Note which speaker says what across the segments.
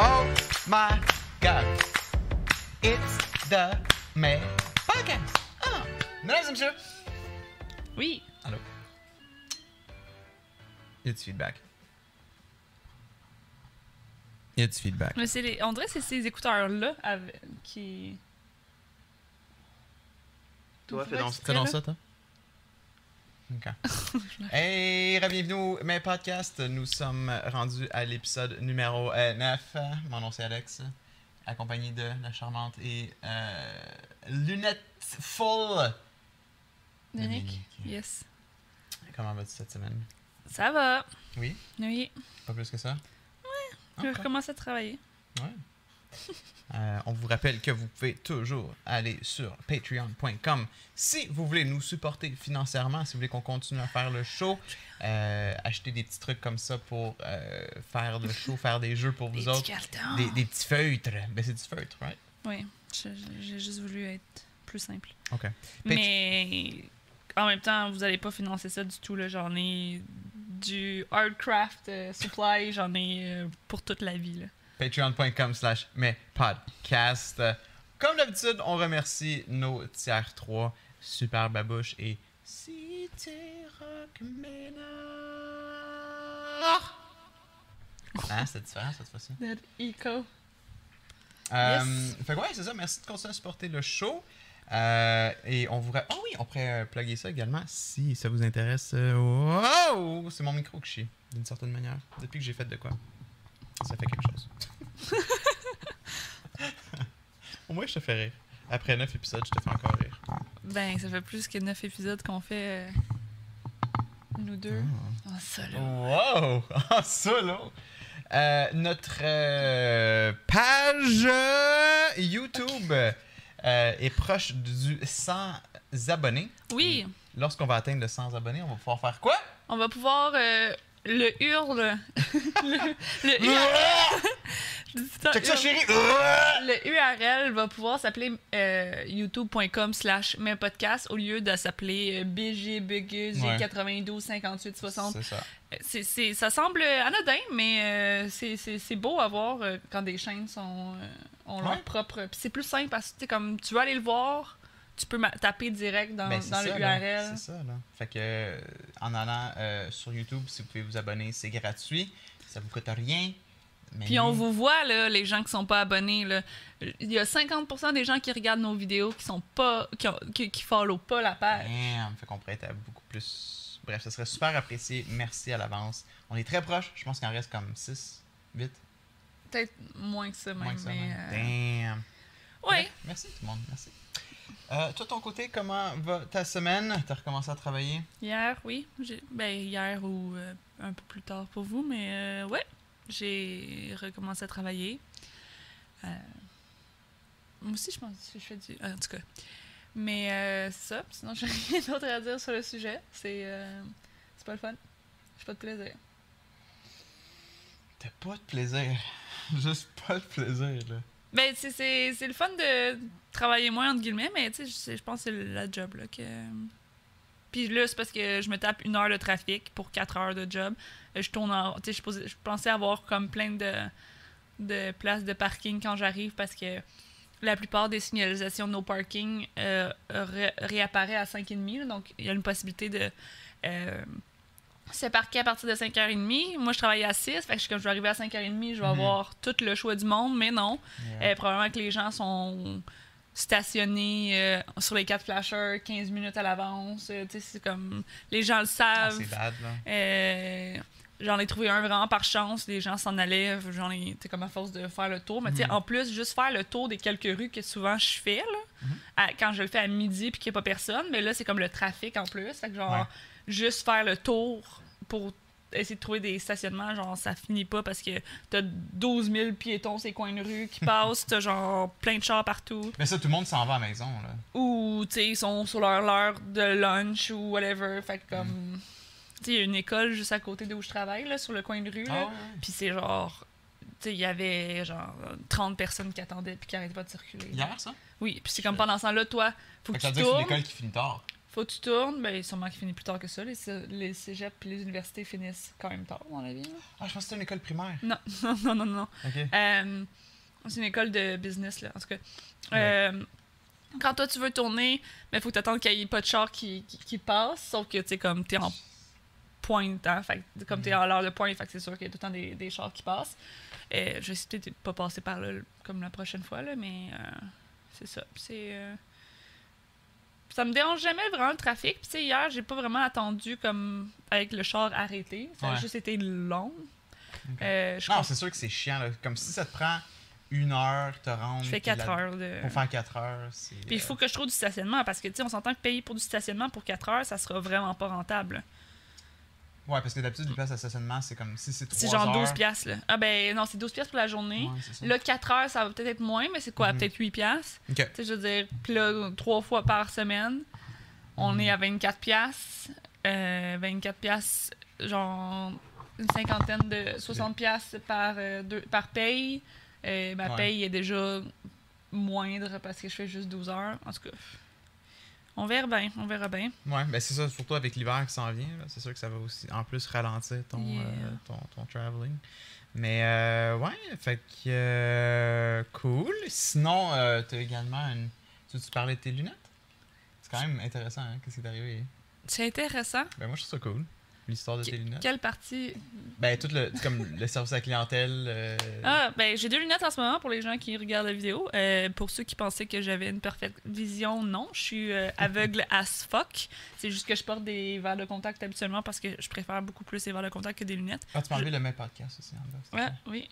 Speaker 1: Oh my God. It's the May Podcast. Ah. Mesdames et messieurs.
Speaker 2: Oui.
Speaker 1: Allô. It's feedback. It's feedback.
Speaker 2: Mais c'est les... On dirait que c'est ces écouteurs-là avec- qui.
Speaker 3: Toi, fais
Speaker 2: Ouais,
Speaker 3: donc
Speaker 2: c'est-
Speaker 1: C'est dans ça, toi? OK. hey, bienvenue mes podcasts. Nous sommes rendus à l'épisode numéro euh, 9. Mon nom, c'est Alex, accompagné de la charmante et euh, lunette full.
Speaker 2: Dominique?
Speaker 1: Dominique.
Speaker 2: Yes.
Speaker 1: Comment vas-tu cette semaine?
Speaker 2: Ça va.
Speaker 1: Oui?
Speaker 2: Oui.
Speaker 1: Pas plus que ça?
Speaker 2: Je vais
Speaker 1: Ok.
Speaker 2: recommencer à travailler.
Speaker 1: Ouais. Euh, on vous rappelle que vous pouvez toujours aller sur patreon.com si vous voulez nous supporter financièrement, si vous voulez qu'on continue à faire le show, euh, acheter des petits trucs comme ça pour euh, faire le show, faire des jeux pour vous
Speaker 2: Des
Speaker 1: autres,
Speaker 2: petits cartons.
Speaker 1: des, des petits feutres. Ben, c'est du feutre, right?
Speaker 2: Oui. Je- je- J'ai juste voulu être plus simple.
Speaker 1: OK. Patr-
Speaker 2: Mais en même temps, vous allez pas financer ça du tout. là. J'en ai du hardcraft euh, supply, j'en ai euh, pour toute la vie. Là.
Speaker 1: Patreon.com slash mes podcasts. Comme d'habitude, on remercie nos tiers 3, Super Babouche et Cité Rock Ménard. Hein, c'est différent cette fois-ci.
Speaker 2: That eco.
Speaker 1: Euh,
Speaker 2: Yes.
Speaker 1: fait que ouais, c'est ça. Merci de continuer à supporter le show. Euh, et on vous. ra- Ah oui, on pourrait euh, plugger ça également si ça vous intéresse. Euh, wow! C'est mon micro que je chie, d'une certaine manière. Depuis que j'ai fait de quoi? Ça fait quelque chose. Au moins, je te fais rire. Après 9 épisodes, je te fais encore rire.
Speaker 2: Ben, ça fait plus que 9 épisodes qu'on fait euh, nous deux.
Speaker 1: Ah.
Speaker 2: Oh, ça, là.
Speaker 1: Wow! En solo! Euh, notre euh, page euh, YouTube euh, est proche du 100 abonnés.
Speaker 2: Oui,
Speaker 1: Lorsqu'on va atteindre le 100 abonnés, on va pouvoir faire quoi?
Speaker 2: on va pouvoir euh, le hurle. le, le URL.
Speaker 1: Check
Speaker 2: Dis-toi,
Speaker 1: ça,
Speaker 2: hurle.
Speaker 1: chérie!
Speaker 2: Le URL va pouvoir s'appeler euh, youtube.com slash mes podcasts au lieu de s'appeler euh, BG, BG,
Speaker 1: Ouais.
Speaker 2: 92 58 60.
Speaker 1: C'est ça.
Speaker 2: Euh, c'est- c'est- ça semble anodin, mais euh, c'est- c'est c'est beau à voir euh, quand des chaînes sont, euh, ont
Speaker 1: Ouais.
Speaker 2: leur propre. Puis c'est plus simple parce que tu sais, comme tu veux aller le voir, tu peux ma- taper direct dans,
Speaker 1: Ben, c'est
Speaker 2: dans
Speaker 1: ça,
Speaker 2: le
Speaker 1: là.
Speaker 2: URL.
Speaker 1: C'est ça, là. Fait que, euh, en allant euh, sur YouTube, si vous pouvez vous abonner, c'est gratuit. Ça vous coûte rien. Mais
Speaker 2: Puis on
Speaker 1: nous,
Speaker 2: vous voit, là, les gens qui sont pas abonnés. Là. Il y a 50% des gens qui regardent nos vidéos qui sont pas qui, ont- qui, qui follow pas la page.
Speaker 1: Damn, fait qu'on pourrait être à beaucoup plus. Bref, ce serait super apprécié. Merci à l'avance. On est très proche. Je pense qu'il en reste comme 6, 8,
Speaker 2: Peut-être moins que ça, même.
Speaker 1: moins que ça.
Speaker 2: mais,
Speaker 1: même.
Speaker 2: euh,
Speaker 1: Damn.
Speaker 2: ouais.
Speaker 1: Bref, Merci tout le monde. Merci. Euh, toi, de ton côté, comment va ta semaine? T'as recommencé à travailler?
Speaker 2: Hier, oui. J'ai- Ben, hier ou euh, un peu plus tard pour vous, mais euh, ouais, j'ai recommencé à travailler. Euh, moi aussi, je pense que je fais du. En tout cas. Mais euh, c'est ça. Sinon, j'ai rien d'autre à dire sur le sujet. C'est euh, c'est pas le fun. J'ai pas de plaisir.
Speaker 1: T'as pas de plaisir. Juste pas de plaisir, là.
Speaker 2: Ben, tu sais, c'est c'est le fun de travailler moins, entre guillemets, mais tu sais, je sais- je pense que c'est la job, là, que... Puis là, c'est parce que je me tape une heure de trafic pour quatre heures de job. Euh, Je tourne en... Tu sais, je posais- je pensais avoir comme plein de, de places de parking quand j'arrive parce que la plupart des signalisations no parking euh, ré- réapparaît à 5h30. là. Donc, il y a une possibilité de... euh, se parquer à partir de 5h30. Moi, je travaille à 6, fait que je suis comme je vais arriver à 5h30, je vais
Speaker 1: Mhm.
Speaker 2: avoir tout le choix du monde, mais non. Euh, probablement que les gens sont stationnés euh, sur les quatre flashers 15 minutes à l'avance. Euh, tu sais, c'est comme. Les gens le
Speaker 1: Ah,
Speaker 2: savent.
Speaker 1: c'est bad, là.
Speaker 2: Euh, J'en ai trouvé un vraiment par chance. Les gens s'en allaient. J'en ai. t'sais, comme à force de faire le tour. Mais tu sais,
Speaker 1: Mhm.
Speaker 2: en plus, juste faire le tour des quelques rues que souvent je fais, là,
Speaker 1: Mhm.
Speaker 2: à- quand je le fais à midi puis qu'il n'y a pas personne. Mais là, c'est comme le trafic en plus. Fait que genre,
Speaker 1: Ouais.
Speaker 2: juste faire le tour pour essayer de trouver des stationnements, genre, ça finit pas parce que t'as 12 000 piétons ces coins de rue qui passent. T'as genre plein de chars partout.
Speaker 1: Mais ça, tout le monde s'en va à la maison, là.
Speaker 2: Ou, tu sais, ils sont sur leur l'heure de lunch ou whatever. Fait que comme.
Speaker 1: Mm.
Speaker 2: Tu sais, il y a une école juste à côté d'où je travaille, là, sur le coin de rue. là.
Speaker 1: Ah ouais, ouais.
Speaker 2: Puis c'est genre. Tu sais, il y avait genre 30 personnes qui attendaient puis qui arrêtaient pas de circuler.
Speaker 1: Hier, ça?
Speaker 2: Oui, puis c'est comme pendant ce temps-là, toi, faut
Speaker 1: Fait
Speaker 2: que
Speaker 1: que ça
Speaker 2: tu
Speaker 1: veut dire que c'est
Speaker 2: tournes.
Speaker 1: l'école qui finit tard.
Speaker 2: Faut que tu tournes. Ben, sûrement qu'ils finissent plus tard que ça. Les, cé- les cégeps puis les universités finissent quand même tard, dans la vie.
Speaker 1: Ah, je pense que c'était une école primaire.
Speaker 2: Non, non, non, non. non.
Speaker 1: Ok.
Speaker 2: Euh, C'est une école de business, là, en tout cas. Euh, quand toi, tu veux tourner, mais faut que t'attendes qu'il n'y ait pas de char qui, qui, qui passe, sauf que, tu sais, comme t'es en pointe, hein, fait que comme
Speaker 1: Mm-hmm.
Speaker 2: t'es en l'heure de pointe, fait que c'est sûr qu'il y a tout le temps des, des chars qui passent. Euh, je sais peut-être pas passer par là comme la prochaine fois, là, mais euh, c'est ça. C'est... euh, Ça me dérange jamais vraiment le trafic. Puis, tu sais, hier, j'ai pas vraiment attendu comme avec le char arrêté. Ça a
Speaker 1: Ouais.
Speaker 2: juste été long.
Speaker 1: Ok.
Speaker 2: Euh, je
Speaker 1: Non,
Speaker 2: comprends-
Speaker 1: c'est sûr que c'est chiant. là. Comme si ça te prend une heure, te rendre.
Speaker 2: Je fais
Speaker 1: puis
Speaker 2: 4
Speaker 1: la-
Speaker 2: heures de.
Speaker 1: Pour faire 4 heures, c'est.
Speaker 2: Puis il faut que je trouve du stationnement parce que, tu sais, on s'entend que payer pour du stationnement pour 4 heures, ça sera vraiment pas rentable.
Speaker 1: euh, Ouais, parce que d'habitude, les places d'assaisonnement, c'est comme si c'est 3
Speaker 2: C'est genre 12
Speaker 1: heures.
Speaker 2: piastres, là. Ah ben non, c'est 12 piastres pour la journée.
Speaker 1: Ouais, c'est ça.
Speaker 2: Là, 4 heures, ça va peut-être être moins, mais c'est quoi,
Speaker 1: Mhm.
Speaker 2: peut-être 8 piastres?
Speaker 1: Ok.
Speaker 2: Tu sais, je veux dire, puis là, 3 fois par semaine, on
Speaker 1: Mhm.
Speaker 2: est à 24 piastres. Euh, 24 piastres, genre une cinquantaine de... 60 piastres par, euh, deux, par paye. Euh, ma
Speaker 1: Ouais.
Speaker 2: paye est déjà moindre parce que je fais juste 12 heures. En tout cas, on verra bien, on verra bien.
Speaker 1: Ouais, ben c'est ça, surtout avec l'hiver qui s'en vient. là, C'est sûr que ça va aussi en plus ralentir ton,
Speaker 2: Yeah.
Speaker 1: euh, ton, ton traveling. Mais euh, ouais, fait que euh, cool. Sinon, euh, t'as également une. Tu, tu parlais de tes lunettes? C'est quand même intéressant, hein, qu'est-ce qui est arrivé.
Speaker 2: C'est intéressant.
Speaker 1: Ben moi je trouve ça cool. L'histoire de tes lunettes.
Speaker 2: Quelle partie
Speaker 1: Ben tout le. comme le service à la clientèle. euh,
Speaker 2: Ah, ben j'ai deux lunettes en ce moment pour les gens qui regardent la vidéo. Euh, pour ceux qui pensaient que j'avais une parfaite vision, non, je suis euh, aveugle as fuck. C'est juste que je porte des verres de contact habituellement parce que je préfère beaucoup plus les verres de contact que des lunettes.
Speaker 1: Ah, tu peux enlever le même podcast aussi en bas. s'il te
Speaker 2: Ouais,
Speaker 1: plaît.
Speaker 2: oui.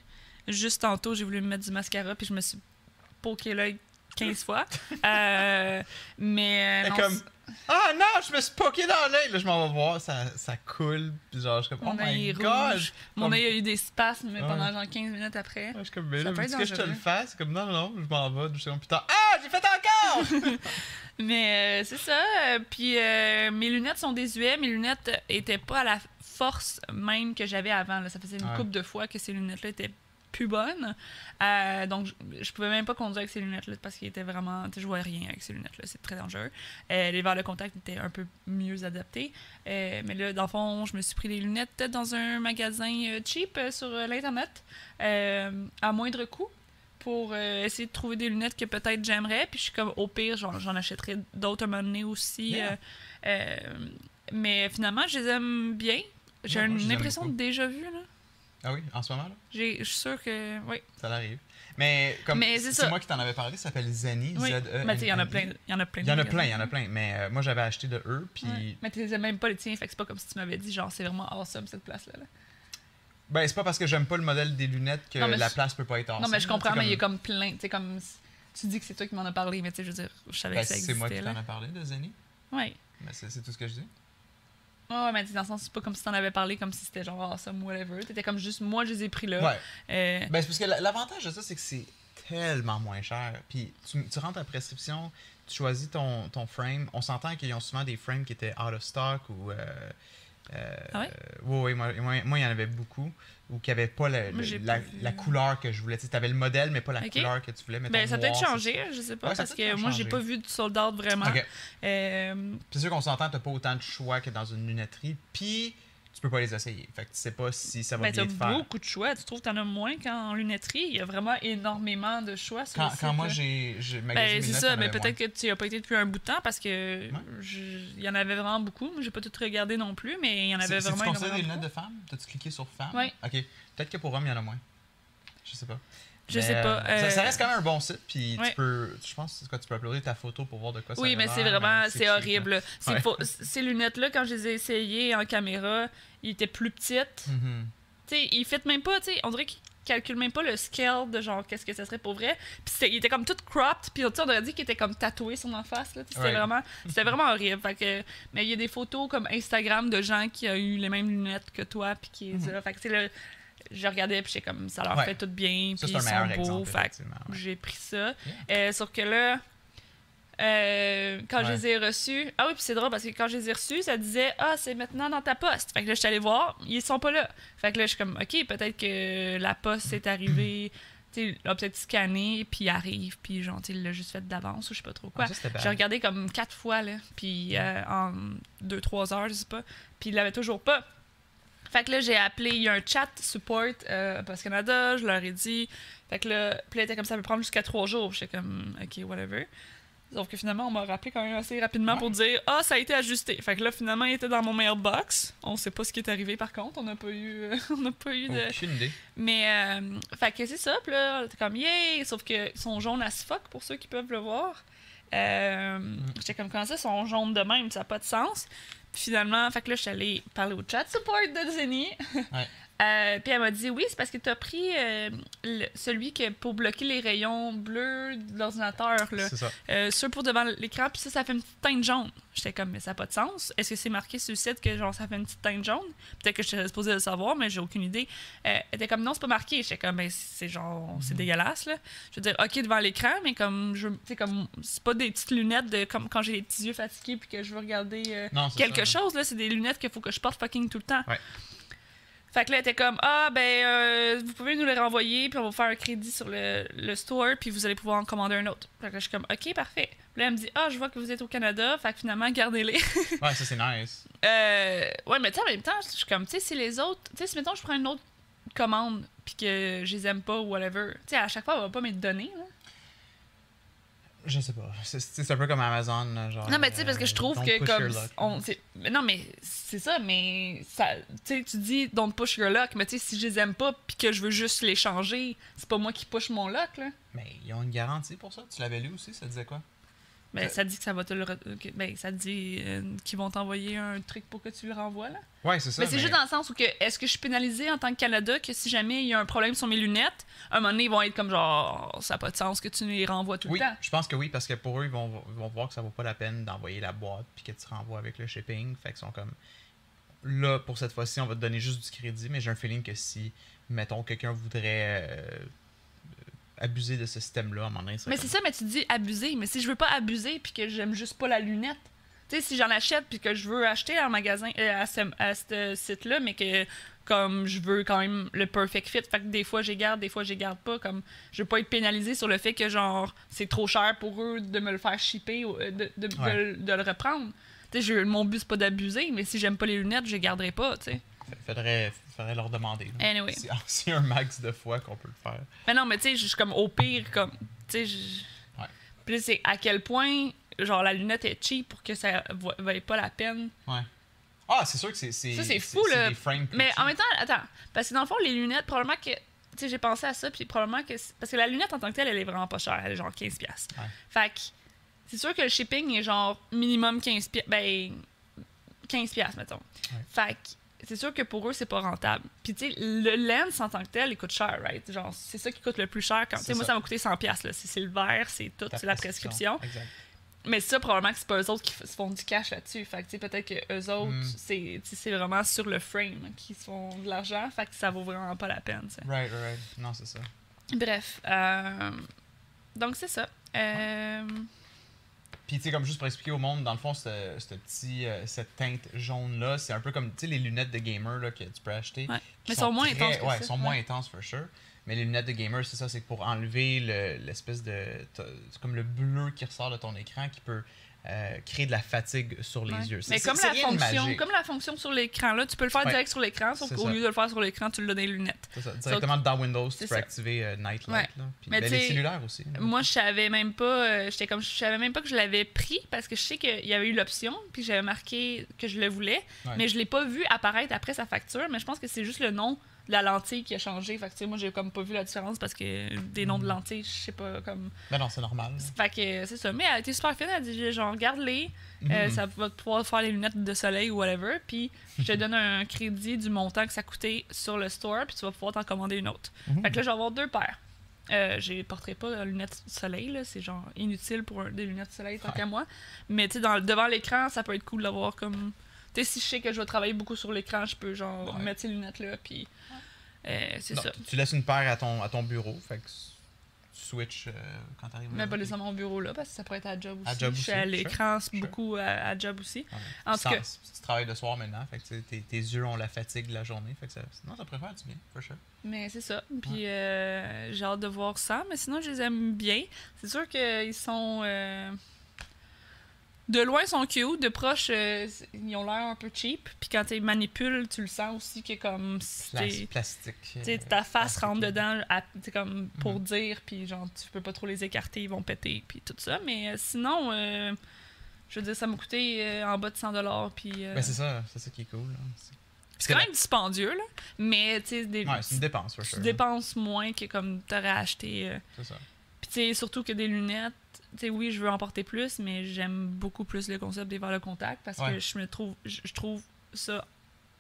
Speaker 2: Juste tantôt, j'ai voulu me mettre du mascara puis je me suis poqué l'œil 15 fois. Euh, mais euh,
Speaker 1: Et
Speaker 2: non,
Speaker 1: comme. Ah non, je me suis poqué dans l'œil! Là, je m'en vais voir, ça, ça coule. Puis genre, je suis comme.
Speaker 2: Mon
Speaker 1: oh
Speaker 2: œil
Speaker 1: my
Speaker 2: est
Speaker 1: god!
Speaker 2: rouge. mon
Speaker 1: Comme- Ah
Speaker 2: œil a eu des spasmes
Speaker 1: Ouais.
Speaker 2: pendant genre 15 minutes après.
Speaker 1: Ouais, je suis comme, mais
Speaker 2: Ça
Speaker 1: là,
Speaker 2: peut être
Speaker 1: veux-tu que je te le
Speaker 2: dangereux.
Speaker 1: fasse? C'est comme, non, non, non, je m'en vais. Je suis comme, putain, ah, j'ai fait encore!
Speaker 2: Mais euh, c'est ça. euh, Puis euh, mes lunettes sont désuets. Mes lunettes euh, étaient pas à la force même que j'avais avant. là. Ça faisait une
Speaker 1: Ouais.
Speaker 2: couple de fois que ces lunettes-là étaient plus bonnes. Euh, donc, je, je pouvais même pas conduire avec ces lunettes-là parce qu'ils étaient vraiment. tu sais, Je vois rien avec ces lunettes-là. C'est très dangereux. Euh, les verres de contact étaient un peu mieux adaptés. Euh, mais là, dans le fond, je me suis pris les lunettes dans un magasin euh, cheap euh, sur euh, l'Internet euh, à moindre coût pour euh, essayer de trouver des lunettes que peut-être j'aimerais. Puis je suis comme, au pire, j'en, j'en achèterai d'autres à un moment donné aussi.
Speaker 1: Yeah.
Speaker 2: euh, euh, mais finalement, je les aime bien. J'ai
Speaker 1: Ouais, moi, je les
Speaker 2: une
Speaker 1: aime
Speaker 2: impression de
Speaker 1: beaucoup.
Speaker 2: déjà vu, là.
Speaker 1: ah oui, en ce moment, là,
Speaker 2: J'ai- Je suis sûre que. Oui.
Speaker 1: ça l'arrive. Mais comme,
Speaker 2: Mais c'est ça.
Speaker 1: moi qui t'en avais parlé, ça s'appelle Zenny,
Speaker 2: oui.
Speaker 1: Z-E-N-N-I.
Speaker 2: Mais tu sais, il y en a plein. Il y en a plein.
Speaker 1: Euh, Il y en a plein, il y en a plein. Mais euh, moi, j'avais acheté de eux, puis...
Speaker 2: Ouais. Mais tu les aimes même pas les tiens, fait que c'est pas comme si tu m'avais dit, genre, c'est vraiment awesome cette place-là. là.
Speaker 1: Ben, c'est pas parce que j'aime pas le modèle des lunettes que
Speaker 2: Non, mais
Speaker 1: la
Speaker 2: je-
Speaker 1: place peut pas être ensemble.
Speaker 2: non, mais je comprends, mais il y a comme plein. Tu sais, comme. Tu dis que c'est toi qui m'en as parlé, mais tu sais, je veux dire, je savais
Speaker 1: Ben,
Speaker 2: que ça
Speaker 1: c'est
Speaker 2: existait.
Speaker 1: moi qui
Speaker 2: là.
Speaker 1: t'en ai parlé de Zenny.
Speaker 2: Ouais.
Speaker 1: Ben, c'est c'est tout ce que je dis.
Speaker 2: Ouais, ouais, mais dis, dans le sens, c'est pas comme si t'en avais parlé comme si c'était genre awesome, whatever. T'étais comme juste, moi, je les ai pris là.
Speaker 1: Ouais.
Speaker 2: Euh,
Speaker 1: Ben, c'est parce que la- l'avantage de ça, c'est que c'est tellement moins cher. Puis tu, tu rentres ta prescription, tu choisis ton, ton frame. On s'entend qu'ils ont souvent des frames qui étaient out of stock ou. euh, euh,
Speaker 2: Ah ouais?
Speaker 1: euh, ouais, ouais, moi, moi, moi, il y en avait beaucoup. Ou qui n'avaient pas la,
Speaker 2: Moi,
Speaker 1: le-
Speaker 2: j'ai
Speaker 1: la,
Speaker 2: pas vu.
Speaker 1: la couleur que je voulais. Tu avais le modèle, mais pas la
Speaker 2: Ok.
Speaker 1: couleur que tu voulais. mettons
Speaker 2: ben, ça a peut-être
Speaker 1: noir,
Speaker 2: changé, je sais pas,
Speaker 1: Ouais, ça a
Speaker 2: parce que
Speaker 1: peut-être
Speaker 2: moi, j'ai
Speaker 1: changé.
Speaker 2: pas vu de sold out vraiment.
Speaker 1: c'est- Ok.
Speaker 2: Euh,
Speaker 1: Puis c'est sûr qu'on s'entend, tu pas autant de choix que dans une lunetterie. Puis tu peux pas les essayer. Fait que tu sais pas si ça va
Speaker 2: ben,
Speaker 1: bien
Speaker 2: t'as
Speaker 1: te faire.
Speaker 2: beaucoup de choix. Tu trouves que t'en as moins qu'en lunetterie. Il y a vraiment énormément de choix sur
Speaker 1: Quand,
Speaker 2: le site,
Speaker 1: quand moi
Speaker 2: là.
Speaker 1: j'ai j'ai magasiné
Speaker 2: Ben, c'est
Speaker 1: mes notes,
Speaker 2: ça,
Speaker 1: j'en
Speaker 2: mais
Speaker 1: avais
Speaker 2: peut-être que tu n'y as pas été depuis un bout de temps parce que
Speaker 1: Ouais.
Speaker 2: je- il y en avait vraiment beaucoup. Moi, j'ai pas tout regardé non plus, mais il y en avait
Speaker 1: C'est-
Speaker 2: vraiment
Speaker 1: C'est-tu considéré des
Speaker 2: énormément
Speaker 1: lunettes
Speaker 2: beaucoup.
Speaker 1: de femme? T'as-tu cliqué sur femme?
Speaker 2: Ouais.
Speaker 1: Ok. Peut-être que pour homme, il y en a moins. Je sais pas.
Speaker 2: Je
Speaker 1: Mais,
Speaker 2: sais pas.
Speaker 1: euh, ça, ça
Speaker 2: euh,
Speaker 1: reste quand même un bon site, puis
Speaker 2: ouais.
Speaker 1: tu peux. Je pense que tu peux uploader ta photo pour voir de quoi ça
Speaker 2: Oui,
Speaker 1: a
Speaker 2: mais
Speaker 1: l'air,
Speaker 2: c'est vraiment,
Speaker 1: mais
Speaker 2: c'est
Speaker 1: cheap,
Speaker 2: horrible. C'est
Speaker 1: Ouais.
Speaker 2: faux. C- Ces lunettes-là, quand je les ai essayées en caméra, ils étaient plus petites.
Speaker 1: là. Mhm.
Speaker 2: Tu sais, ils fit même pas, tu sais, on dirait qu'ils calculent même pas le scale de genre qu'est-ce que ça serait pour vrai. Puis c'était- ils étaient comme tout cropped, puis tu sais, on aurait dit qu'ils étaient comme tatoués sur en face, là. Tu sais, C'était
Speaker 1: Ouais.
Speaker 2: vraiment, c'était vraiment horrible. Fait que, mais il y a des photos comme Instagram de gens qui ont eu les mêmes lunettes que toi, puis qui les a. Fait que, tu sais, là, je regardais, puis j'étais comme, ça leur
Speaker 1: Hmm. Ouais.
Speaker 2: fait tout bien,
Speaker 1: Ça,
Speaker 2: puis
Speaker 1: c'est un
Speaker 2: ils sont
Speaker 1: meilleur
Speaker 2: beaux.
Speaker 1: exemple.
Speaker 2: Fait que
Speaker 1: effectivement, Ah ouais.
Speaker 2: j'ai pris ça. Euh, sauf que là, euh, quand je
Speaker 1: Ouais.
Speaker 2: les ai reçus. Ah oui, puis c'est drôle parce que quand je les ai reçus, ça disait Ah, c'est maintenant dans ta poste. Fait que là, je suis allée voir, ils sont pas là. Fait que là, je suis comme Ok, peut-être que la poste est arrivée, tu sais, l'a peut-être scanné, puis il arrive, puis genre, tu sais, il l'a juste fait d'avance ou je sais pas trop quoi.
Speaker 1: Ah, ça, c'était bad. Mm.
Speaker 2: J'ai regardé comme quatre fois, là, puis euh, en deux, trois heures, je sais pas. Puis il l'avait toujours pas. Fait que là, j'ai appelé, il y a un chat support euh, Post Canada, je leur ai dit. Fait que là, puis là, il était comme ça, peut prendre jusqu'à trois jours. Puis J'étais comme, ok, whatever. Sauf que finalement, on m'a rappelé quand même assez rapidement pour dire, ah, ça a été ajusté. Fait que là, finalement, il était dans mon mailbox. On sait pas ce qui est arrivé par contre, on n'a pas eu, euh, on n'a pas eu de.
Speaker 1: Oh, Aucune idée.
Speaker 2: Mais, euh, fait que c'est ça, pis là, t'es comme, yay! Sauf que ils sont jaunes as fuck pour ceux qui peuvent le voir. Euh, J'étais comme, comment ça, ils sont jaunes de même, ça n'a pas de sens. Puis finalement, fait que là, je suis allée parler au chat support de Zenny.
Speaker 1: Ouais.
Speaker 2: Euh, puis elle m'a dit, oui, c'est parce que t'as pris euh, le- celui que pour bloquer les rayons bleus de l'ordinateur, là.
Speaker 1: C'est ça.
Speaker 2: Euh, ceux pour devant l'écran, puis ça, ça fait une petite teinte jaune. J'étais comme, mais ça n'a pas de sens. Est-ce que c'est marqué sur le site que genre ça fait une petite teinte jaune Peut-être que je suis supposée le savoir, mais j'ai aucune idée. Euh, elle était comme, non, c'est pas marqué. J'étais comme, mais c'est genre, c'est dégueulasse, là. Je veux dire, ok, devant l'écran, mais comme, je c'est comme, c'est pas des petites lunettes de comme quand j'ai les petits yeux fatigués puis que je veux regarder. euh,
Speaker 1: Non, c'est
Speaker 2: quelque
Speaker 1: ça.
Speaker 2: chose, là. C'est des lunettes qu'il faut que je porte fucking tout le temps.
Speaker 1: Ouais.
Speaker 2: Fait que là, elle était comme Ah, ben, euh, vous pouvez nous les renvoyer, puis on va vous faire un crédit sur le, le store, puis vous allez pouvoir en commander un autre. Fait que là, je suis comme Ok, parfait. Puis là, elle me dit Ah, je vois que vous êtes au Canada, fait que finalement, gardez-les.
Speaker 1: Ouais, ça c'est nice.
Speaker 2: Euh, ouais, mais tu sais, en même temps, je suis comme Tu sais, si les autres, tu sais, si mettons, je prends une autre commande, puis que je les aime pas ou whatever, tu sais, à chaque fois, elle va pas me les donner, là.
Speaker 1: Je sais pas. C'est- C'est c'est un peu comme Amazon, là, genre.
Speaker 2: Non, mais tu sais, parce que je
Speaker 1: euh,
Speaker 2: trouve
Speaker 1: don't
Speaker 2: que
Speaker 1: push
Speaker 2: comme.
Speaker 1: your luck.
Speaker 2: on- c'est- mais non, mais c'est ça, mais. Ça, tu sais, tu dis don't push your luck, mais tu sais, si je les aime pas puis que je veux juste les changer, c'est pas moi qui push mon luck, là.
Speaker 1: Mais ils ont une garantie pour ça. Tu l'avais lu aussi, ça disait quoi
Speaker 2: Ben,
Speaker 1: Euh.
Speaker 2: ça dit que ça va te le. re- ok, ben, ça dit euh, qu'ils vont t'envoyer un truc pour que tu le renvoies, là.
Speaker 1: Ouais, c'est ça.
Speaker 2: mais c'est juste dans le sens où que. Est-ce que je suis pénalisée en tant que Canada que si jamais il y a un problème sur mes lunettes, à un moment donné, ils vont être comme genre. Ça n'a pas de sens que tu les renvoies tout
Speaker 1: Oui,
Speaker 2: le temps.
Speaker 1: je pense que oui, parce que pour eux, ils vont, ils vont voir que ça vaut pas la peine d'envoyer la boîte puis que tu renvoies avec le shipping. Fait qu'ils sont comme. Là, pour cette fois-ci, on va te donner juste du crédit, mais j'ai un feeling que si, mettons, quelqu'un voudrait euh, abuser de ce système-là, à un moment donné,
Speaker 2: Mais c'est ça, mais tu dis abuser. Mais si je veux pas abuser puis que j'aime juste pas la lunette, tu sais, si j'en achète puis que je veux acheter en magasin euh, à ce, à ce site-là, mais que comme je veux quand même le perfect fit, fait que des fois j'ai garde, des fois j'ai garde pas. Comme je veux pas être pénalisé sur le fait que genre c'est trop cher pour eux de me le faire shipper, ou, euh, de, de, de-
Speaker 1: Ouais.
Speaker 2: de le reprendre. Tu sais, je- mon but c'est pas d'abuser, mais si j'aime pas les lunettes, je les garderai pas, tu sais.
Speaker 1: Fait- Faudrait, faudrait leur demander. là.
Speaker 2: Anyway.
Speaker 1: Si, si un max de fois qu'on peut le faire.
Speaker 2: Mais non, mais tu sais, je suis comme au pire, comme. Tu sais, je.
Speaker 1: Ouais.
Speaker 2: Puis là, c'est à quel point, genre, la lunette est cheap pour que ça va- vaille pas la peine.
Speaker 1: Ouais. Ah, c'est sûr que c'est. c'est
Speaker 2: Ça, c'est fou, là.
Speaker 1: des frames plus
Speaker 2: Mais en
Speaker 1: petits.
Speaker 2: même temps, attends, parce que dans le fond, les lunettes, probablement que. Tu sais, j'ai pensé à ça, puis probablement que. c'est- Parce que la lunette en tant que telle, elle est vraiment pas chère, elle est genre 15$. piastres.
Speaker 1: Ouais.
Speaker 2: Fait que. C'est sûr que le shipping est genre minimum 15$. pi- Ben. 15$, piastres, mettons. Fait que c'est sûr que pour eux, c'est pas rentable. Puis tu sais, le lens en tant que tel, il coûte cher, right? Genre, c'est ça qui coûte le plus cher. Quand, tu sais,
Speaker 1: C'est
Speaker 2: moi,
Speaker 1: ça.
Speaker 2: ça m'a coûté 100$. piastres, Là. C'est, c'est le verre, c'est tout, c'est la prescription.
Speaker 1: Exact.
Speaker 2: Mais ça, probablement que c'est pas eux autres qui f- se font du cash là-dessus. Fait que tu sais, peut-être que eux autres,
Speaker 1: Mm.
Speaker 2: c'est, tu sais, c'est vraiment sur le frame qu'ils se font de l'argent. Fait que ça vaut vraiment pas la peine, tu sais.
Speaker 1: Right, right, right. Non, c'est ça.
Speaker 2: Bref. euh, Donc, c'est ça. Euh,
Speaker 1: Puis, tu sais, comme juste pour expliquer au monde, dans le fond, ce, ce petit, euh, cette teinte jaune-là, c'est un peu comme, tu sais, les lunettes de gamer là, que tu peux acheter.
Speaker 2: Ouais.
Speaker 1: qui
Speaker 2: Mais sont moins
Speaker 1: très-
Speaker 2: intenses que
Speaker 1: Ouais,
Speaker 2: ça,
Speaker 1: sont
Speaker 2: ouais.
Speaker 1: moins intenses, for sure. Mais les lunettes de gamer, c'est ça, c'est que pour enlever le- l'espèce de. t'as- C'est comme le bleu qui ressort de ton écran qui peut euh, créer de la fatigue sur les
Speaker 2: ouais.
Speaker 1: yeux. C'est-
Speaker 2: Mais
Speaker 1: c'est-
Speaker 2: comme
Speaker 1: c'est
Speaker 2: la,
Speaker 1: rien de
Speaker 2: fonction,
Speaker 1: magique.
Speaker 2: comme la fonction sur l'écran, là, tu peux le faire
Speaker 1: Ouais.
Speaker 2: direct sur l'écran, sauf
Speaker 1: C'est
Speaker 2: qu'au
Speaker 1: ça.
Speaker 2: lieu de le faire sur l'écran, tu l'as dans les lunettes.
Speaker 1: C'est ça. Directement dans Windows, tu
Speaker 2: c'est
Speaker 1: peux
Speaker 2: ça.
Speaker 1: activer euh, Night Light.
Speaker 2: Ouais.
Speaker 1: Là. Puis,
Speaker 2: Mais
Speaker 1: ben,
Speaker 2: tu
Speaker 1: les
Speaker 2: sais,
Speaker 1: cellulaires aussi. là.
Speaker 2: Moi, je savais même pas. euh, J'étais comme, je savais même pas que je l'avais pris parce que je sais qu'il y avait eu l'option, puis j'avais marqué que je le voulais,
Speaker 1: Ouais.
Speaker 2: mais je l'ai pas vu apparaître après sa facture. Mais je pense que c'est juste le nom de la lentille qui a changé. Fait que, tu sais, moi, j'ai comme pas vu la différence parce que des noms de lentilles, je sais pas comme.
Speaker 1: Ben non, c'est normal. là.
Speaker 2: Fait que euh, c'est ça. Mais elle était super fine. Elle dit, genre, regarde-les, euh,
Speaker 1: Mhm.
Speaker 2: ça va te pouvoir faire les lunettes de soleil ou whatever. Puis je te donne un crédit du montant que ça coûtait sur le store, puis tu vas pouvoir t'en commander une autre.
Speaker 1: Mhm.
Speaker 2: Fait que là, je vais avoir deux paires. Euh, je porterai pas de lunettes de soleil, là. c'est genre inutile pour un- des lunettes de soleil tant
Speaker 1: Ouais.
Speaker 2: qu'à moi. Mais tu sais, dans- devant l'écran, ça peut être cool d'avoir comme. Tu sais, si je sais que je vais travailler beaucoup sur l'écran, je peux genre
Speaker 1: Ouais.
Speaker 2: mettre ces lunettes-là, puis. euh, c'est
Speaker 1: Non, Mm-hmm.
Speaker 2: ça.
Speaker 1: tu- Tu laisses une paire à ton, à ton bureau, fait que s- tu switches euh, quand t'arrives.
Speaker 2: Mais
Speaker 1: là,
Speaker 2: pas
Speaker 1: puis-
Speaker 2: nécessairement au bureau là, parce que ça pourrait être à job aussi.
Speaker 1: À job
Speaker 2: je suis
Speaker 1: aussi,
Speaker 2: à
Speaker 1: sure,
Speaker 2: l'écran
Speaker 1: sure.
Speaker 2: beaucoup à, à job aussi.
Speaker 1: Ouais.
Speaker 2: En
Speaker 1: Puis
Speaker 2: tout cas-
Speaker 1: sans- Tu travailles le soir maintenant, fait que tu sais, tes, tes yeux ont la fatigue de la journée, fait que ça, non, ça pourrait faire du bien, for sure.
Speaker 2: Mais c'est ça. Puis euh, j'ai hâte de voir ça. Mais sinon, je les aime bien. C'est sûr qu'ils sont. euh, De loin, ils sont cute. De proche, euh, c'est- ils ont l'air un peu cheap. Puis quand tu les manipules, tu le sens aussi que comme si
Speaker 1: Plas-
Speaker 2: t'es-
Speaker 1: plastique.
Speaker 2: tu sais,
Speaker 1: euh,
Speaker 2: ta face
Speaker 1: plastique.
Speaker 2: rentre dedans à- t'sais, comme
Speaker 1: Mhm.
Speaker 2: pour dire, puis genre, tu peux pas trop les écarter, ils vont péter, puis tout ça. Mais euh, sinon, euh, je veux dire, ça m'a coûté euh, en bas de 100$, puis euh,
Speaker 1: Ben, c'est
Speaker 2: c'est
Speaker 1: ça, c'est ça qui est cool. là. C'est
Speaker 2: quand même dispendieux, là. Mais tu sais, des-
Speaker 1: Ouais, c'est une dépense, for
Speaker 2: tu
Speaker 1: sure.
Speaker 2: dépenses moins que comme t'aurais acheté. euh.
Speaker 1: C'est ça.
Speaker 2: Puis tu sais, surtout que des lunettes, tu sais, oui, je veux en porter plus, mais j'aime beaucoup plus le concept des verres de contact parce que
Speaker 1: Ouais.
Speaker 2: je me trouve, je je trouve ça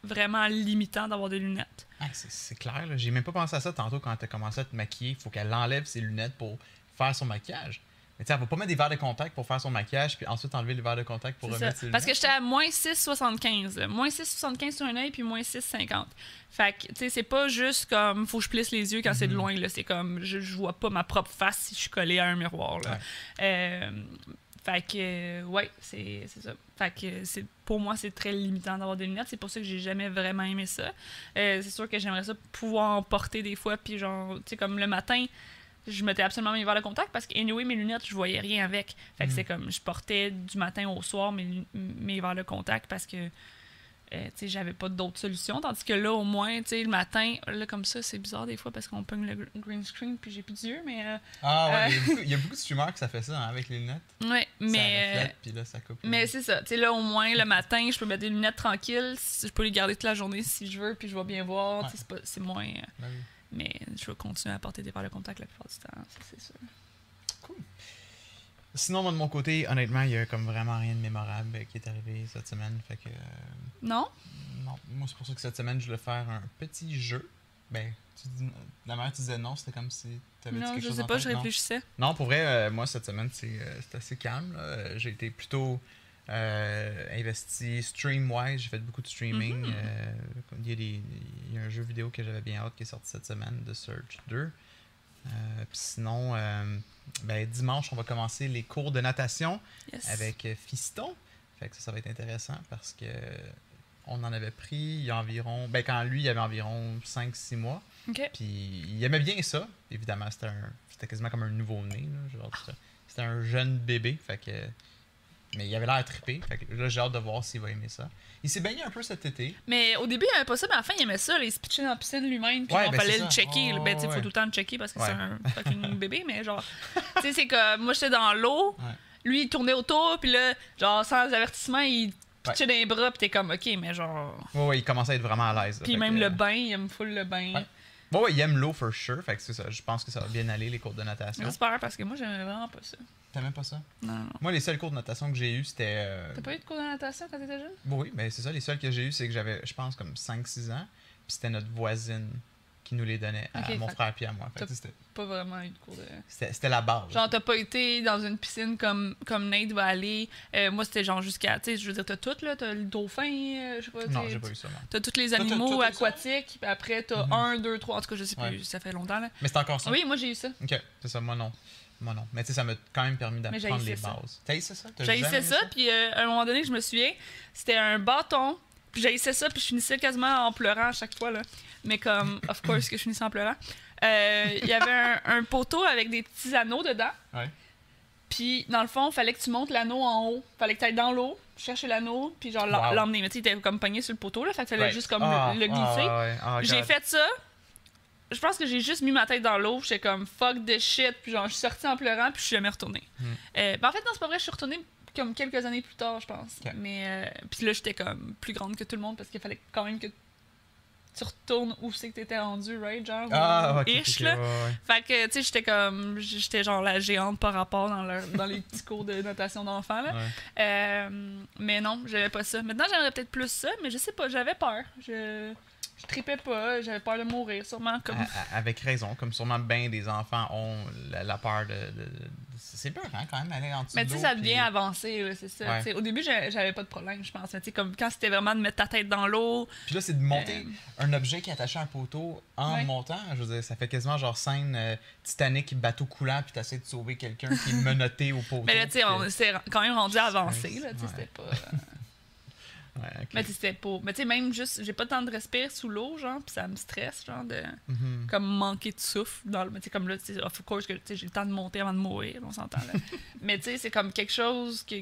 Speaker 2: vraiment limitant d'avoir des lunettes.
Speaker 1: Ah, c'est- c'est clair, là. j'ai même pas pensé à ça tantôt quand t'as commencé à te maquiller. Faut qu'elle enlève ses lunettes pour faire son maquillage. Mais tu sais, elle va pas mettre des verres de contact pour faire son maquillage, puis ensuite enlever les verres de contact pour
Speaker 2: C'est
Speaker 1: remettre
Speaker 2: ça.
Speaker 1: ses
Speaker 2: Parce que
Speaker 1: lunettes.
Speaker 2: j'étais à moins 6,75. là. Moins 6,75 sur un œil, puis moins 6,50. Fait que, tu sais, c'est pas juste comme faut que je plisse les yeux quand c'est de
Speaker 1: Mhm.
Speaker 2: loin. là. C'est comme je, je vois pas ma propre face si je suis collée à un miroir. Là.
Speaker 1: Ouais.
Speaker 2: Euh, fait que, euh, ouais, c'est c'est ça. Fait que euh, c'est- pour moi, c'est très limitant d'avoir des lunettes. C'est pour ça que j'ai jamais vraiment aimé ça. Euh, c'est sûr que j'aimerais ça pouvoir en porter des fois. Puis genre, tu sais, comme le matin, je mettais absolument mes verres de contact parce que, anyway, mes lunettes, je voyais rien avec. Fait que
Speaker 1: Mm.
Speaker 2: c'est comme, je portais du matin au soir mes, lu- mes verres de contact parce que, euh, tu sais, j'avais pas d'autre solution. Tandis que là, au moins, tu sais, le matin, là, comme ça, c'est bizarre des fois parce qu'on pogne le gr- green screen puis j'ai plus d'yeux, mais... euh,
Speaker 1: Ah ouais,
Speaker 2: Euh.
Speaker 1: il y a beaucoup- il y, a beaucoup de streamers qui ça fait ça hein, avec les lunettes.
Speaker 2: ouais,
Speaker 1: ça
Speaker 2: mais... euh,
Speaker 1: reflète, puis là, ça coupe.
Speaker 2: Mais c'est ça. Tu sais, là, au moins, le matin, je peux mettre des lunettes tranquilles. si- Je peux les garder toute la journée si je veux, puis je vais bien voir. Tu sais, c'est pas- C'est moins. euh,
Speaker 1: Ben oui.
Speaker 2: Mais je vais continuer à porter des verres de contact la plupart du temps. ça, c'est sûr.
Speaker 1: Sinon, moi, de mon côté, honnêtement, il y a comme vraiment rien de mémorable euh, qui est arrivé cette semaine. Fait que. euh,
Speaker 2: Non?
Speaker 1: non, moi, c'est pour ça que cette semaine, je voulais faire un petit jeu. Ben, tu dis- la mère, tu disais non, c'était comme si t'avais dit
Speaker 2: Non,
Speaker 1: quelque
Speaker 2: je
Speaker 1: chose
Speaker 2: sais
Speaker 1: en
Speaker 2: pas,
Speaker 1: tête,
Speaker 2: je
Speaker 1: non?
Speaker 2: réfléchissais.
Speaker 1: Non, pour vrai, euh, moi, cette semaine, c'est euh, c'est assez calme. là. Euh, J'ai été plutôt euh, investi stream-wise. J'ai fait beaucoup de streaming.
Speaker 2: Mhm.
Speaker 1: Euh, il, y a des- il y a un jeu vidéo que j'avais bien hâte qui est sorti cette semaine, The Surge 2. Euh, puis sinon, euh, ben, dimanche, on va commencer les cours de natation
Speaker 2: Yes.
Speaker 1: avec euh, Fiston. Fait que ça, ça va être intéressant parce que on en avait pris il y a environ. Ben, quand lui, il y avait environ 5-6 mois.
Speaker 2: Ok.
Speaker 1: Puis il aimait bien ça. Évidemment, c'était un- c'était quasiment comme un nouveau-né. là, genre, c'était- C'était un jeune bébé. Fait que, mais il avait l'air trippé. Fait que là, j'ai hâte de voir s'il va aimer ça. Il s'est baigné un peu cet été.
Speaker 2: Mais au début, il n'y avait pas ça, mais à la fin, il aimait ça, les pitcher dans la piscine lui-même, puis
Speaker 1: Ouais,
Speaker 2: on
Speaker 1: ben,
Speaker 2: fallait
Speaker 1: c'est
Speaker 2: le
Speaker 1: ça.
Speaker 2: checker.
Speaker 1: Oh,
Speaker 2: ben, tu sais, faut
Speaker 1: ouais.
Speaker 2: tout le temps le checker parce que c'est
Speaker 1: Ouais.
Speaker 2: un fucking bébé, mais genre, tu sais, c'est que moi, j'étais dans l'eau,
Speaker 1: Ouais.
Speaker 2: lui, il tournait autour, puis là, genre, sans avertissement, il pitchait dans les bras, puis t'es comme, ok, mais genre.
Speaker 1: Ouais, ouais, il commençait à être vraiment à l'aise. là.
Speaker 2: Puis
Speaker 1: Fait
Speaker 2: même
Speaker 1: que,
Speaker 2: le bain, il aime full le bain.
Speaker 1: Ouais. Ouais, ouais, il aime l'eau for sure. Fait que c'est ça. Je pense que ça va bien aller, les cours de natation.
Speaker 2: J'espère, parce que moi, j'aimais vraiment pas ça.
Speaker 1: T'aimes pas ça?
Speaker 2: Non, non.
Speaker 1: Moi, les seuls cours de natation que j'ai eu, c'était. euh,
Speaker 2: T'as pas eu de cours de natation quand t'étais jeune?
Speaker 1: Oui, mais c'est ça. Les seuls que j'ai eu, c'est que j'avais, je pense, comme 5-6 ans. Puis c'était notre voisine qui nous les donnait à
Speaker 2: Ok,
Speaker 1: mon
Speaker 2: fait-
Speaker 1: frère et à moi. Fait que
Speaker 2: T'as-
Speaker 1: c'était-
Speaker 2: Pas vraiment eu de cours de.
Speaker 1: C'était c'était la base.
Speaker 2: Genre, t'as pas été dans une piscine comme, comme Nate va aller. Euh, moi, c'était genre jusqu'à. Tu sais, je veux dire, t'as tout, là. T'as le dauphin, euh, je sais pas.
Speaker 1: non,
Speaker 2: t'sais,
Speaker 1: j'ai pas eu ça. non.
Speaker 2: T'as tous les
Speaker 1: Toi, t'as-
Speaker 2: animaux
Speaker 1: toi, t'as eu ça?
Speaker 2: aquatiques, puis après, t'as
Speaker 1: Mhm.
Speaker 2: un, deux, trois. En tout cas, je sais plus,
Speaker 1: Ouais.
Speaker 2: ça fait longtemps, là.
Speaker 1: Mais c'est encore ça.
Speaker 2: Oui, moi, j'ai eu ça.
Speaker 1: Ok, c'est ça, moi non. Moi non. Mais tu sais, ça m'a quand même permis d'apprendre
Speaker 2: j'haïssais
Speaker 1: les
Speaker 2: ça.
Speaker 1: bases. T'as essayé ça? T'as jamais
Speaker 2: J'haïssais
Speaker 1: eu
Speaker 2: ça, puis euh, à un moment donné, je me souviens, c'était un bâton. Puis j'haïssais ça, puis je finissais quasiment en pleurant à chaque fois, là. Mais comme, of course que je finissais en pleurant. Euh, Il y avait un, un poteau avec des petits anneaux dedans.
Speaker 1: Ouais.
Speaker 2: Puis, dans le fond, fallait que tu montes l'anneau en haut. Fallait que tu ailles dans l'eau, chercher l'anneau, puis genre l'em-
Speaker 1: Wow.
Speaker 2: l'emmener. Mais tu sais, il était comme pogné sur le poteau, là. Fait que fallait
Speaker 1: Right.
Speaker 2: juste comme
Speaker 1: Ah,
Speaker 2: le, le
Speaker 1: ah,
Speaker 2: glisser.
Speaker 1: ouais, ah,
Speaker 2: J'ai
Speaker 1: God.
Speaker 2: fait ça. Je pense que j'ai juste mis ma tête dans l'eau. J'étais comme fuck de shit. Puis genre, je suis sortie en pleurant. Puis je suis jamais retournée.
Speaker 1: Hmm.
Speaker 2: Euh, ben en fait, non, c'est pas vrai. Je suis retournée comme quelques années plus tard, je pense.
Speaker 1: Ok.
Speaker 2: Mais euh, puis là, j'étais comme plus grande que tout le monde parce qu'il fallait quand même que tu retournes où c'est que t'étais rendue, right? Genre,
Speaker 1: Ah, ok.
Speaker 2: ish,
Speaker 1: ok,
Speaker 2: là.
Speaker 1: ouais, ouais.
Speaker 2: Fait que, tu sais, j'étais comme. J'étais genre la géante par rapport dans, leur, dans les petits cours de notation d'enfants, là.
Speaker 1: Ouais.
Speaker 2: Euh, mais non, j'avais pas ça. Maintenant, j'aimerais peut-être plus ça, mais je sais pas, j'avais peur. Je, je tripais pas, j'avais peur de mourir, sûrement. Comme...
Speaker 1: À- à- avec raison, comme sûrement bien des enfants ont la, la peur de. de- de- C'est peur, hein, quand même, aller en dessous.
Speaker 2: mais
Speaker 1: de
Speaker 2: tu sais,
Speaker 1: l'eau,
Speaker 2: ça
Speaker 1: puis-
Speaker 2: devient avancé, là, c'est ça.
Speaker 1: Ouais.
Speaker 2: Tu sais, Au début, j'a- j'avais pas de problème, je pense. Mais tu sais, comme quand c'était vraiment de mettre ta tête dans l'eau.
Speaker 1: Puis là, c'est de monter
Speaker 2: Euh.
Speaker 1: un objet qui est attaché à un poteau en
Speaker 2: Ouais.
Speaker 1: montant. Je veux dire, ça fait quasiment genre scène euh, Titanic, bateau coulant, puis t'essaies de sauver quelqu'un qui est menotté au poteau.
Speaker 2: Mais ben là, tu sais, on
Speaker 1: puis-
Speaker 2: s'est quand même rendu avancé,
Speaker 1: Christ,
Speaker 2: là, tu sais,
Speaker 1: ouais.
Speaker 2: c'était pas. euh,
Speaker 1: Ouais, ok.
Speaker 2: Mais tu sais, c'était pour. Mais tu sais, même juste, j'ai pas tant de respire sous l'eau, genre, puis ça me stresse, genre, de
Speaker 1: Mhm.
Speaker 2: comme manquer de souffle dans le mais tu sais, comme là tu sais, of course que tu sais, j'ai le temps de monter avant de mourir on s'entend là mais tu sais c'est comme quelque chose que,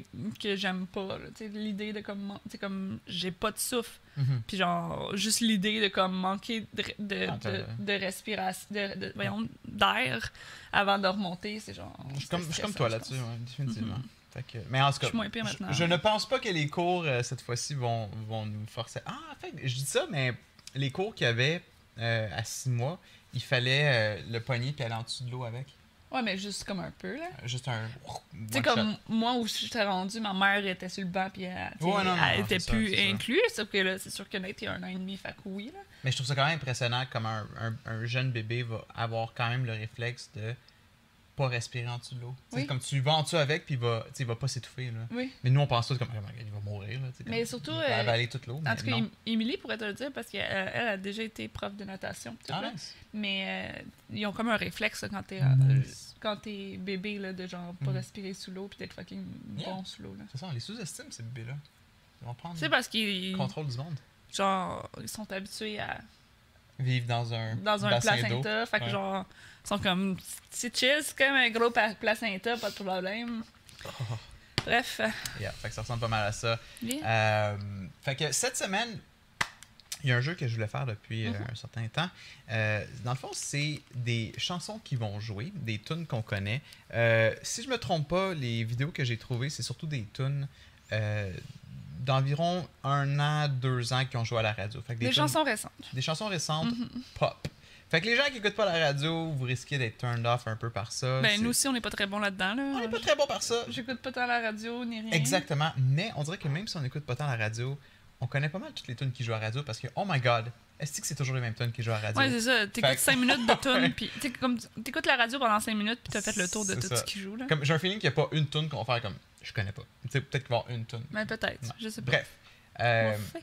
Speaker 2: que j'aime pas là. Tu sais, l'idée de comme man- tu sais, comme j'ai pas de souffle
Speaker 1: Mhm.
Speaker 2: puis genre juste l'idée de comme manquer de de,
Speaker 1: Ah, t'as-
Speaker 2: de, respiration de, de- voyons d'air avant de remonter c'est genre
Speaker 1: Je suis comme, je suis comme
Speaker 2: stressant,
Speaker 1: toi
Speaker 2: je
Speaker 1: là-dessus,
Speaker 2: pense. Mm-hmm.
Speaker 1: ouais, définitivement. Fait que- mais en tout
Speaker 2: je
Speaker 1: cas,
Speaker 2: suis moins pire maintenant
Speaker 1: je, je ne pense pas que les cours euh, cette fois-ci vont, vont nous forcer. Ah, en fait, je dis ça, mais les cours qu'il y avait euh, à six mois, il fallait euh, le poignet puis aller en dessous de l'eau avec. Euh,
Speaker 2: ouais mais juste comme un peu là
Speaker 1: Juste un.
Speaker 2: Tu sais,
Speaker 1: one shot.
Speaker 2: comme moi, où je t'ai rendu, ma mère était sur le banc, puis elle, tu sais,
Speaker 1: Ouais, non, non,
Speaker 2: elle
Speaker 1: non,
Speaker 2: était
Speaker 1: c'est ça,
Speaker 2: plus
Speaker 1: c'est ça.
Speaker 2: inclue. Sauf que là, c'est sûr que Nate est un an et demi, fait que oui, là.
Speaker 1: Mais je trouve ça quand même impressionnant comme un, un- un jeune bébé va avoir quand même le réflexe de pas respirer en dessous de l'eau. Tu sais,
Speaker 2: Oui.
Speaker 1: Comme tu vas en dessous avec, puis il va, tu sais, il va pas s'étouffer. là.
Speaker 2: Oui.
Speaker 1: Mais nous, on pense tous comme, Ah, my God, il va mourir. Là, tu sais,
Speaker 2: Mais
Speaker 1: comme,
Speaker 2: surtout,
Speaker 1: Il va
Speaker 2: euh,
Speaker 1: avaler toute l'eau.
Speaker 2: En
Speaker 1: mais
Speaker 2: tout cas,
Speaker 1: non.
Speaker 2: Em- Émilie pourrait te le dire parce qu'elle elle a déjà été prof de natation. tout
Speaker 1: Ah,
Speaker 2: là.
Speaker 1: nice.
Speaker 2: Mais euh, ils ont comme un réflexe là, quand t'es
Speaker 1: Nice.
Speaker 2: euh, quand t'es bébé là, de genre pas
Speaker 1: Mhm.
Speaker 2: respirer sous l'eau puis d'être fucking
Speaker 1: Yeah. Mm.
Speaker 2: bon sous l'eau. là.
Speaker 1: C'est ça, on les sous-estime, ces bébés-là. Ils vont prendre
Speaker 2: C'est parce qu'ils
Speaker 1: le contrôle du monde.
Speaker 2: genre ils sont habitués à
Speaker 1: Vivre dans un
Speaker 2: dans un
Speaker 1: bassin d'eau.
Speaker 2: placenta, fait que
Speaker 1: Ouais.
Speaker 2: genre ils sont comme c'est chill, c'est comme un gros pa- placenta, pas de problème.
Speaker 1: Oh.
Speaker 2: Bref, euh,
Speaker 1: Yeah, fait que ça ressemble pas mal à ça.
Speaker 2: bien.
Speaker 1: Euh, fait que cette semaine, il y a un jeu que je voulais faire depuis euh,
Speaker 2: Mhm.
Speaker 1: un certain temps. Euh, dans le fond, c'est des chansons qui vont jouer, des tunes qu'on connaît. Euh, si je me trompe pas, les vidéos que j'ai trouvées, c'est surtout des tunes euh, d'environ un an, deux ans qui ont joué à la radio. Fait que
Speaker 2: des
Speaker 1: tunes-
Speaker 2: chansons récentes.
Speaker 1: des chansons récentes
Speaker 2: Mhm.
Speaker 1: pop. Fait que les gens qui écoutent pas la radio, vous risquez d'être turned off un peu par ça.
Speaker 2: Ben
Speaker 1: C'est-
Speaker 2: nous aussi on n'est pas très bons là-dedans là.
Speaker 1: on n'est pas très bon par ça.
Speaker 2: J'écoute pas tant la radio ni rien.
Speaker 1: Exactement. Mais on dirait que même si on n'écoute pas tant la radio, on connaît pas mal toutes les tunes qui jouent à la radio parce que, oh my god, est-ce que c'est toujours les mêmes tunes qui jouent à la radio?
Speaker 2: Ouais, c'est ça.
Speaker 1: Fait
Speaker 2: T'écoutes
Speaker 1: que-
Speaker 2: 5 minutes de
Speaker 1: Ouais.
Speaker 2: tune, puis t'sais, comme t'écoutes la radio pendant 5 minutes, puis t'as fait le tour de
Speaker 1: C'est
Speaker 2: tout
Speaker 1: ça.
Speaker 2: ce qui joue là.
Speaker 1: Comme- J'ai un feeling qu'il n'y a pas une tune qu'on va faire comme, je connais pas. Tu sais, peut-être qu'il va y avoir une tune.
Speaker 2: Mais peut-être,
Speaker 1: Ouais.
Speaker 2: je sais pas.
Speaker 1: Bref. Euh,
Speaker 2: Fait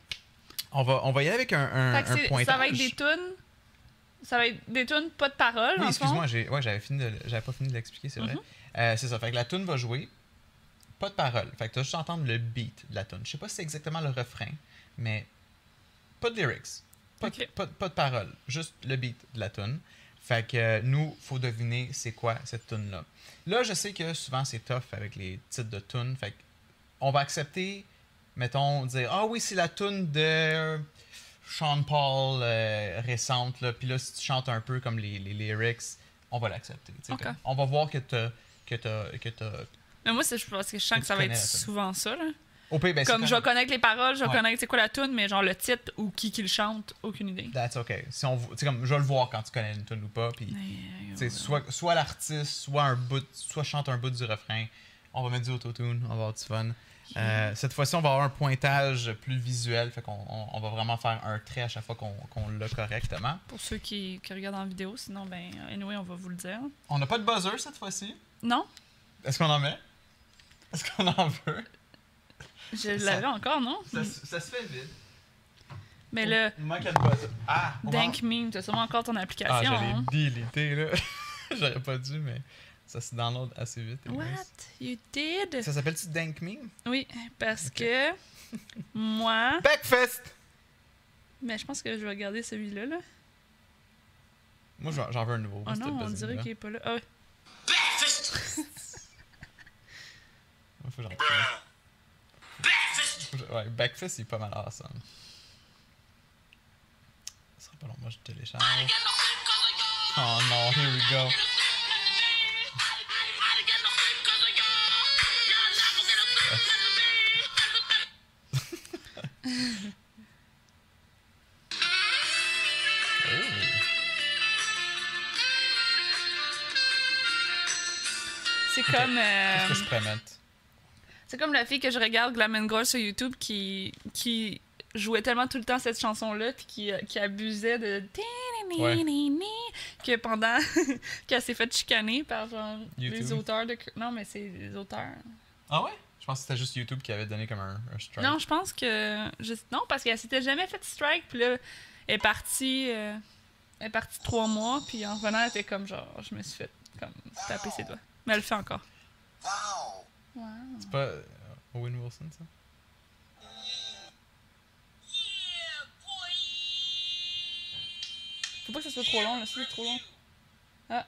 Speaker 1: on, va, on va y aller avec un, un,
Speaker 2: que
Speaker 1: un
Speaker 2: c'est-
Speaker 1: pointage.
Speaker 2: ça va être des tunes. Ça va être des tunes, pas de paroles,
Speaker 1: Oui,
Speaker 2: en
Speaker 1: excuse-moi, j'ai- ouais, j'avais fini de- j'avais pas fini de l'expliquer, c'est vrai.
Speaker 2: Mhm.
Speaker 1: Euh, c'est ça, fait que la tune va jouer, pas de parole. Fait que tu vas juste entendre le beat de la tune. Je sais pas si c'est exactement le refrain, mais pas de lyrics, pas, de-
Speaker 2: Ok.
Speaker 1: pas, de- pas de parole, juste le beat de la tune. Fait que euh, nous, faut deviner c'est quoi cette tune là. Là, je sais que souvent c'est tough avec les titres de tunes, fait que on va accepter mettons dire ah oui, c'est la tune de Sean Paul euh, récente là, puis là si tu chantes un peu comme les, les lyrics, on va l'accepter. tu sais,
Speaker 2: Ok.
Speaker 1: comme- On va voir que t'as que t'as que t'as
Speaker 2: Mais moi, c'est je pense que je sens
Speaker 1: Tu
Speaker 2: que ça va
Speaker 1: connais
Speaker 2: être
Speaker 1: la tune.
Speaker 2: souvent ça. Là.
Speaker 1: au pire, ben, c'est
Speaker 2: Comme je vais connaître les paroles, je vais
Speaker 1: Ouais.
Speaker 2: connaître c'est quoi la tune, mais genre le titre ou qui qui le chante, aucune idée.
Speaker 1: That's okay. Si on, tu sais, comme je vais le voir quand tu connais une tune ou pas, puis
Speaker 2: Mais, euh,
Speaker 1: Tu sais, soit, soit l'artiste, soit un bout, soit chante un bout du refrain. On va mettre du autotune, on va avoir du fun. Euh, cette fois-ci, on va avoir un pointage plus visuel, fait qu'on on, on va vraiment faire un trait à chaque fois qu'on qu'on l'a correctement.
Speaker 2: Pour ceux qui, qui regardent en vidéo, sinon, ben, anyway, on va vous le dire.
Speaker 1: On n'a pas de buzzer cette fois-ci.
Speaker 2: Non,
Speaker 1: Est-ce qu'on en met Est-ce qu'on en veut
Speaker 2: je
Speaker 1: Ça-
Speaker 2: l'avais encore, non?
Speaker 1: ça, se- ça se fait vite.
Speaker 2: Mais le
Speaker 1: Il manque un buzzer. Ah, on va-
Speaker 2: Dank Meme, t'as sûrement encore ton application.
Speaker 1: Ah, je
Speaker 2: hein?
Speaker 1: l'ai délité, là. J'aurais pas dû, mais ça se download assez vite.
Speaker 2: What?
Speaker 1: anyways.
Speaker 2: You did?
Speaker 1: Ça s'appelle-tu Dank Meme
Speaker 2: Oui, parce
Speaker 1: Ok.
Speaker 2: que moi.
Speaker 1: Backfest
Speaker 2: Mais je pense que je vais garder celui-là. Là.
Speaker 1: Moi, j'en j'en veux un nouveau.
Speaker 2: Oh
Speaker 1: c'était
Speaker 2: non,
Speaker 1: le
Speaker 2: on
Speaker 1: buzzer,
Speaker 2: dirait
Speaker 1: là.
Speaker 2: qu'il est pas là. Ah,
Speaker 1: Moi, faut que j'en trouve. Faut que je- Ouais, Backfist, il est pas mal awesome. Ça sera pas long, moi je télécharge. Oh non, here we go. Oh.
Speaker 2: c'est comme. euh,
Speaker 1: Qu'est-ce que je pourrais mettre?
Speaker 2: c'est comme la fille que je regarde, Glam and Girl, sur YouTube, qui, qui jouait tellement tout le temps cette chanson-là, puis qui, euh, qui abusait de.
Speaker 1: Ouais.
Speaker 2: Que pendant. qu'elle s'est fait chicaner par genre, les
Speaker 1: YouTube.
Speaker 2: auteurs de. Non, mais c'est les auteurs.
Speaker 1: Ah ouais? Je pense que c'était juste YouTube qui avait donné comme un, un strike.
Speaker 2: Non, je pense que. je- Non, parce qu'elle s'était jamais fait strike, puis là, elle est partie. euh, Elle est partie trois mois, puis en revenant, elle était comme genre, je me suis fait comme taper ses doigts. Mais elle le fait encore.
Speaker 3: Wow.
Speaker 2: Wow.
Speaker 1: C'est pas euh, Owen Wilson ça?
Speaker 2: Faut pas que ça soit trop long, là. Ça, c'est trop long. Ah.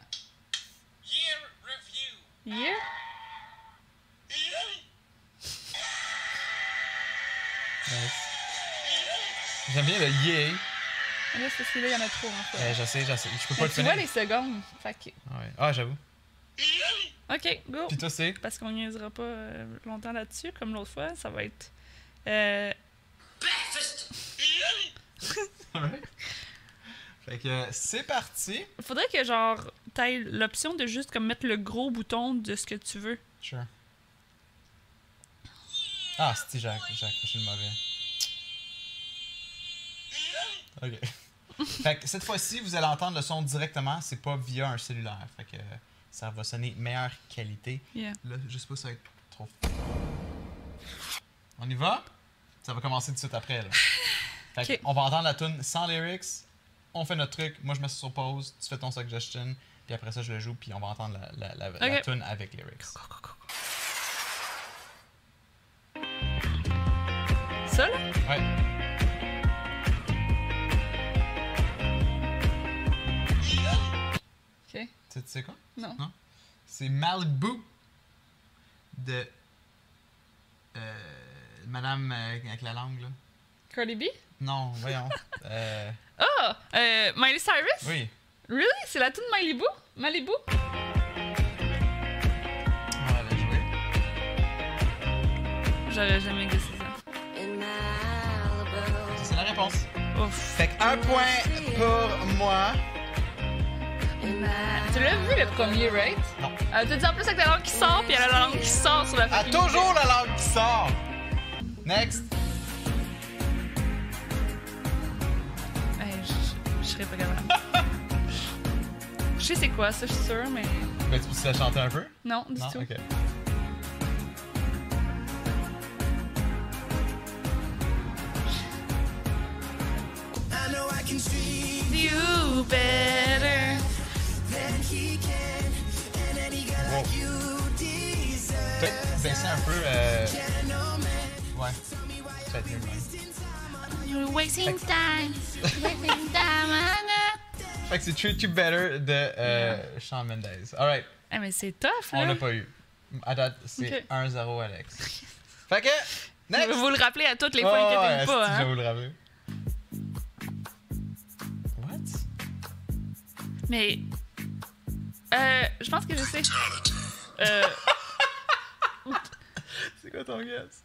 Speaker 3: Year review.
Speaker 2: Year?
Speaker 1: J'aime bien le yeah.
Speaker 2: Là, c'est parce que là, il y en a trop, en fait.
Speaker 1: Euh, je sais, je sais. Je peux pas
Speaker 2: Mais Ben,
Speaker 1: le
Speaker 2: tu vois les
Speaker 1: finir.
Speaker 2: secondes. Fait que...
Speaker 1: Ah, ouais. Ah, j'avoue.
Speaker 2: Ok, go!
Speaker 1: Puis toi, c'est.
Speaker 2: Parce qu'on niaisera pas euh, longtemps là-dessus, comme l'autre fois. Ça va être. euh,
Speaker 1: Fait que euh, c'est parti.
Speaker 2: Faudrait que, genre, t'aies l'option de juste comme mettre le gros bouton de ce que tu veux.
Speaker 1: Sure. Ah, c'est j'ai acc- j'ai accroché le mauvais. Ok. fait que cette fois-ci, vous allez entendre le son directement, c'est pas via un cellulaire. Fait que euh, ça va sonner meilleure qualité.
Speaker 2: Yeah.
Speaker 1: Là, je sais pas si ça va être trop. On y va? Ça va commencer tout de suite après, là. Fait
Speaker 2: Ok.
Speaker 1: que on va entendre la tune sans lyrics, on fait notre truc, moi je me sur pause, tu fais ton suggestion, puis après ça je le joue, puis on va entendre la, la, la, la
Speaker 2: Ok.
Speaker 1: tune avec lyrics.
Speaker 2: Ça, là?
Speaker 1: Ouais.
Speaker 2: Ok.
Speaker 1: Tu tu sais quoi?
Speaker 2: Non.
Speaker 1: Non. C'est Malibu de. Euh, Madame euh, avec la langue, là.
Speaker 2: Cardi B?
Speaker 1: Non, voyons. Euh,
Speaker 2: Ah! euh, Miley Cyrus?
Speaker 1: oui.
Speaker 2: Really? C'est la tune Malibu? Malibu?
Speaker 1: On va la jouer.
Speaker 2: J'aurais jamais guessé ça.
Speaker 4: in Malibu.
Speaker 1: Ça, C'est la réponse.
Speaker 2: Ouf.
Speaker 1: Fait que un point pour moi.
Speaker 4: In Malibu.
Speaker 2: Tu l'as vu le premier, right?
Speaker 1: Non.
Speaker 2: Euh, T'as dit en plus avec la langue qui sort, puis elle a la langue qui sort sur la
Speaker 1: Ah,
Speaker 2: fucking
Speaker 1: toujours la langue qui sort! Next!
Speaker 2: musique. Hey, je- je serais pas capable. je sais c'est quoi ça, je suis sûre, mais.
Speaker 1: Ben, tu peux la chanter un peu?
Speaker 2: Non, du
Speaker 1: Non?
Speaker 2: tout.
Speaker 1: Ok.
Speaker 5: I know I can treat
Speaker 2: You better.
Speaker 5: than he can, and any girl
Speaker 1: Wow.
Speaker 5: like you deserve.
Speaker 1: Peut-être baisser un peu. Euh... Ouais. Ça va être mieux, ouais.
Speaker 2: You're wasting time. Wasting time.
Speaker 1: Fait que c'est Treat You Better de euh, Shawn Mendes. Alright,
Speaker 2: Ah, mais c'est tough,
Speaker 1: on
Speaker 2: là.
Speaker 1: l'a pas eu. À date, c'est
Speaker 2: Ok.
Speaker 1: 1-0 Alex. Fait que, next!
Speaker 2: Je vais vous le rappeler à toutes les
Speaker 1: Oh,
Speaker 2: fois, inquiétez-vous
Speaker 1: ouais,
Speaker 2: pas.
Speaker 1: esti, Je vais
Speaker 2: Hein.
Speaker 1: vous le rappeler. What?
Speaker 2: Mais. Euh, je pense que je sais. Euh.
Speaker 1: C'est quoi ton guess?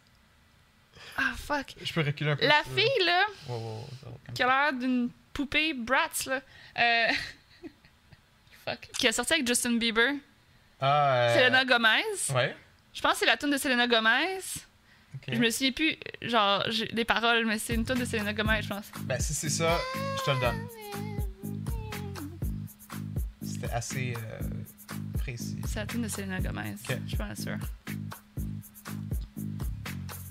Speaker 2: Ah, fuck.
Speaker 1: Je peux reculer un peu.
Speaker 2: La
Speaker 1: si tu veux.
Speaker 2: fille, là,
Speaker 1: Wow, wow, wow, ça va quand même.
Speaker 2: qui a l'air d'une poupée Bratz, là. Euh. fuck. Qui a sorti avec Justin Bieber.
Speaker 1: Ah, euh...
Speaker 2: Selena Gomez.
Speaker 1: Ouais,
Speaker 2: Je pense que c'est la tune de Selena Gomez.
Speaker 1: ok.
Speaker 2: Je me souviens plus, genre, j'ai- les paroles, mais c'est une tune de Selena Gomez, je pense.
Speaker 1: Ben, si c'est ça, je te le donne. C'était assez euh, précis.
Speaker 2: C'est la tune de Selena Gomez.
Speaker 1: Ok.
Speaker 2: Je suis pas sûre.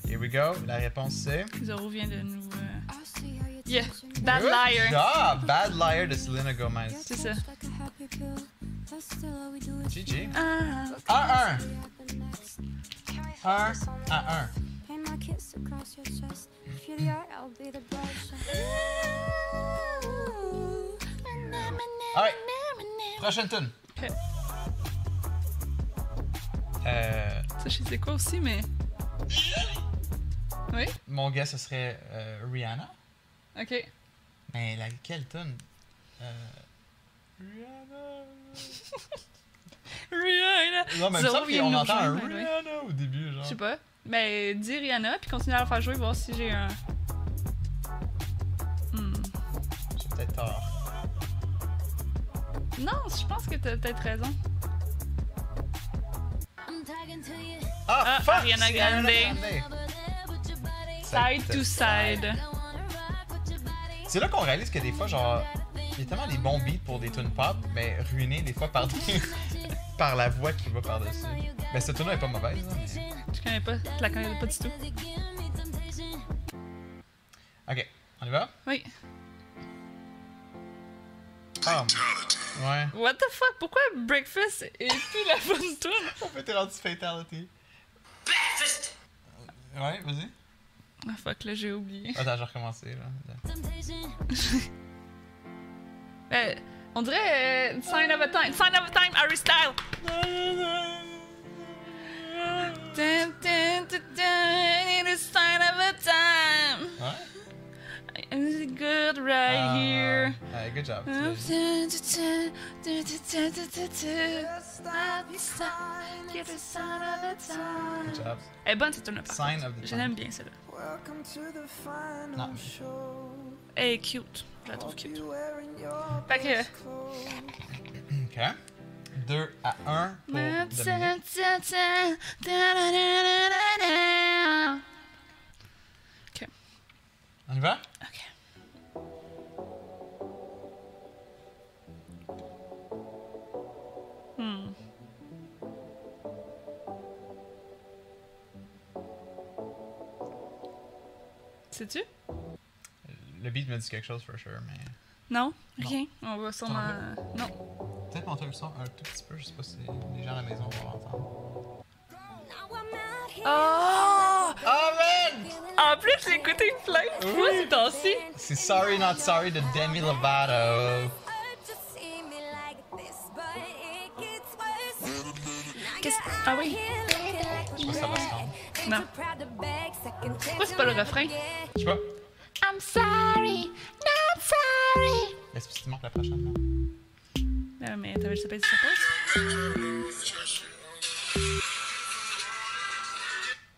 Speaker 1: Here we go. La réponse c'est.
Speaker 2: Zoro vient de nous. euh,
Speaker 6: I'll see how you
Speaker 2: Yeah.
Speaker 6: touch and
Speaker 2: Bad
Speaker 1: Good
Speaker 2: Liar.
Speaker 1: job! Bad Liar de Selena Gomez.
Speaker 6: get
Speaker 2: c'est ça.
Speaker 6: touched like a happy pill. That's still all we do is
Speaker 1: GG.
Speaker 2: Ah.
Speaker 1: uh. 1-1.
Speaker 6: see what happens next. Carry
Speaker 1: 1
Speaker 6: focus on
Speaker 1: à 1.
Speaker 6: love. Paint my kiss across your chest. If you're the art, I'll be the brush.
Speaker 1: Alright. Prochaine tune.
Speaker 2: Ok.
Speaker 1: Euh,
Speaker 2: Ça, je sais quoi aussi, mais. Oui?
Speaker 1: mon gars, ce serait euh, Rihanna.
Speaker 2: Ok.
Speaker 1: Mais laquelle tune? Euh, Rihanna.
Speaker 2: Rihanna!
Speaker 1: Non, mais il me
Speaker 2: Zéro
Speaker 1: semble
Speaker 2: vient
Speaker 1: qu'on
Speaker 2: nous
Speaker 1: entend un
Speaker 2: rejoindre, by the way.
Speaker 1: Rihanna au début, genre.
Speaker 2: Je sais pas. Mais dis Rihanna, puis continue à la faire jouer, voir si j'ai un. Hmm.
Speaker 1: J'ai peut-être tort.
Speaker 2: Non, je pense que t'as peut-être raison.
Speaker 6: I'm talking to you.
Speaker 1: Ah,
Speaker 2: Ah,
Speaker 1: fuck!
Speaker 2: Ariana
Speaker 1: c'est
Speaker 2: Grande. Side to side.
Speaker 1: C'est là qu'on réalise que des fois, genre, il y a tellement des bons beats pour des tunes pop, mais ruinés des fois par, des- par la voix qui va par-dessus. Mais cette tune-là est pas mauvaise. hein, mais-
Speaker 2: Je connais pas. Je la connais pas du tout.
Speaker 1: Ok, on y va?
Speaker 2: Oui.
Speaker 1: Ah. Ouais.
Speaker 2: What the fuck? Pourquoi Breakfast est plus la bonne tune?
Speaker 1: On peut être rendu fatality. Ouais, vas-y.
Speaker 2: Ah fuck, là j'ai oublié.
Speaker 1: Attends, je vais recommencer là. Attends.
Speaker 2: Euh, on dirait euh, Sign of a Time. Sign of a Time, Harry Style. Dun, dun, dun, dun, it is sign of a time.
Speaker 1: Ouais.
Speaker 2: Is it good right
Speaker 1: Ah,
Speaker 2: here?
Speaker 1: ouais, good job. tu l'as
Speaker 2: Dun,
Speaker 1: dit.
Speaker 2: dun, dun, dun, dun, dun, dun, dun, dun. It is sign of a time. Eh,
Speaker 1: Good job.
Speaker 2: Elle est bonne cette tune-là. par
Speaker 1: Sign
Speaker 2: contre.
Speaker 1: of the
Speaker 2: Je l'aime
Speaker 1: time.
Speaker 2: bien celle-là.
Speaker 5: Welcome to the final
Speaker 1: Non.
Speaker 5: show.
Speaker 2: Elle est cute. Je la trouve
Speaker 5: Hope
Speaker 2: cute.
Speaker 5: you're wearing your
Speaker 2: Fait que-
Speaker 5: best clothes.
Speaker 1: Ok. 2 à 1 pour Dominique.
Speaker 2: Ok.
Speaker 1: On y va?
Speaker 2: Ok. Hmm. Sais-tu?
Speaker 1: Le beat me dit quelque chose, for sure, mais...
Speaker 2: Non? Rien? On va sûrement. Non.
Speaker 1: Peut-être monter le son un tout petit peu, je sais pas si les gens à la maison vont l'entendre.
Speaker 2: Oh!
Speaker 1: Oh man!
Speaker 2: En plus, j'ai écouté plein de fois ces temps-ci.
Speaker 1: C'est Sorry Not Sorry de Demi Lovato.
Speaker 2: Qu'est-ce- ah oui.
Speaker 1: Je sais pas si ça va se rendre.
Speaker 2: Non.
Speaker 4: Pourquoi
Speaker 2: c'est pas le refrain?
Speaker 1: Je sais pas.
Speaker 2: I'm sorry, not sorry.
Speaker 1: Est-ce que tu manques la prochaine? non?
Speaker 2: Ah, mais t'avais juste pas dit ça passe?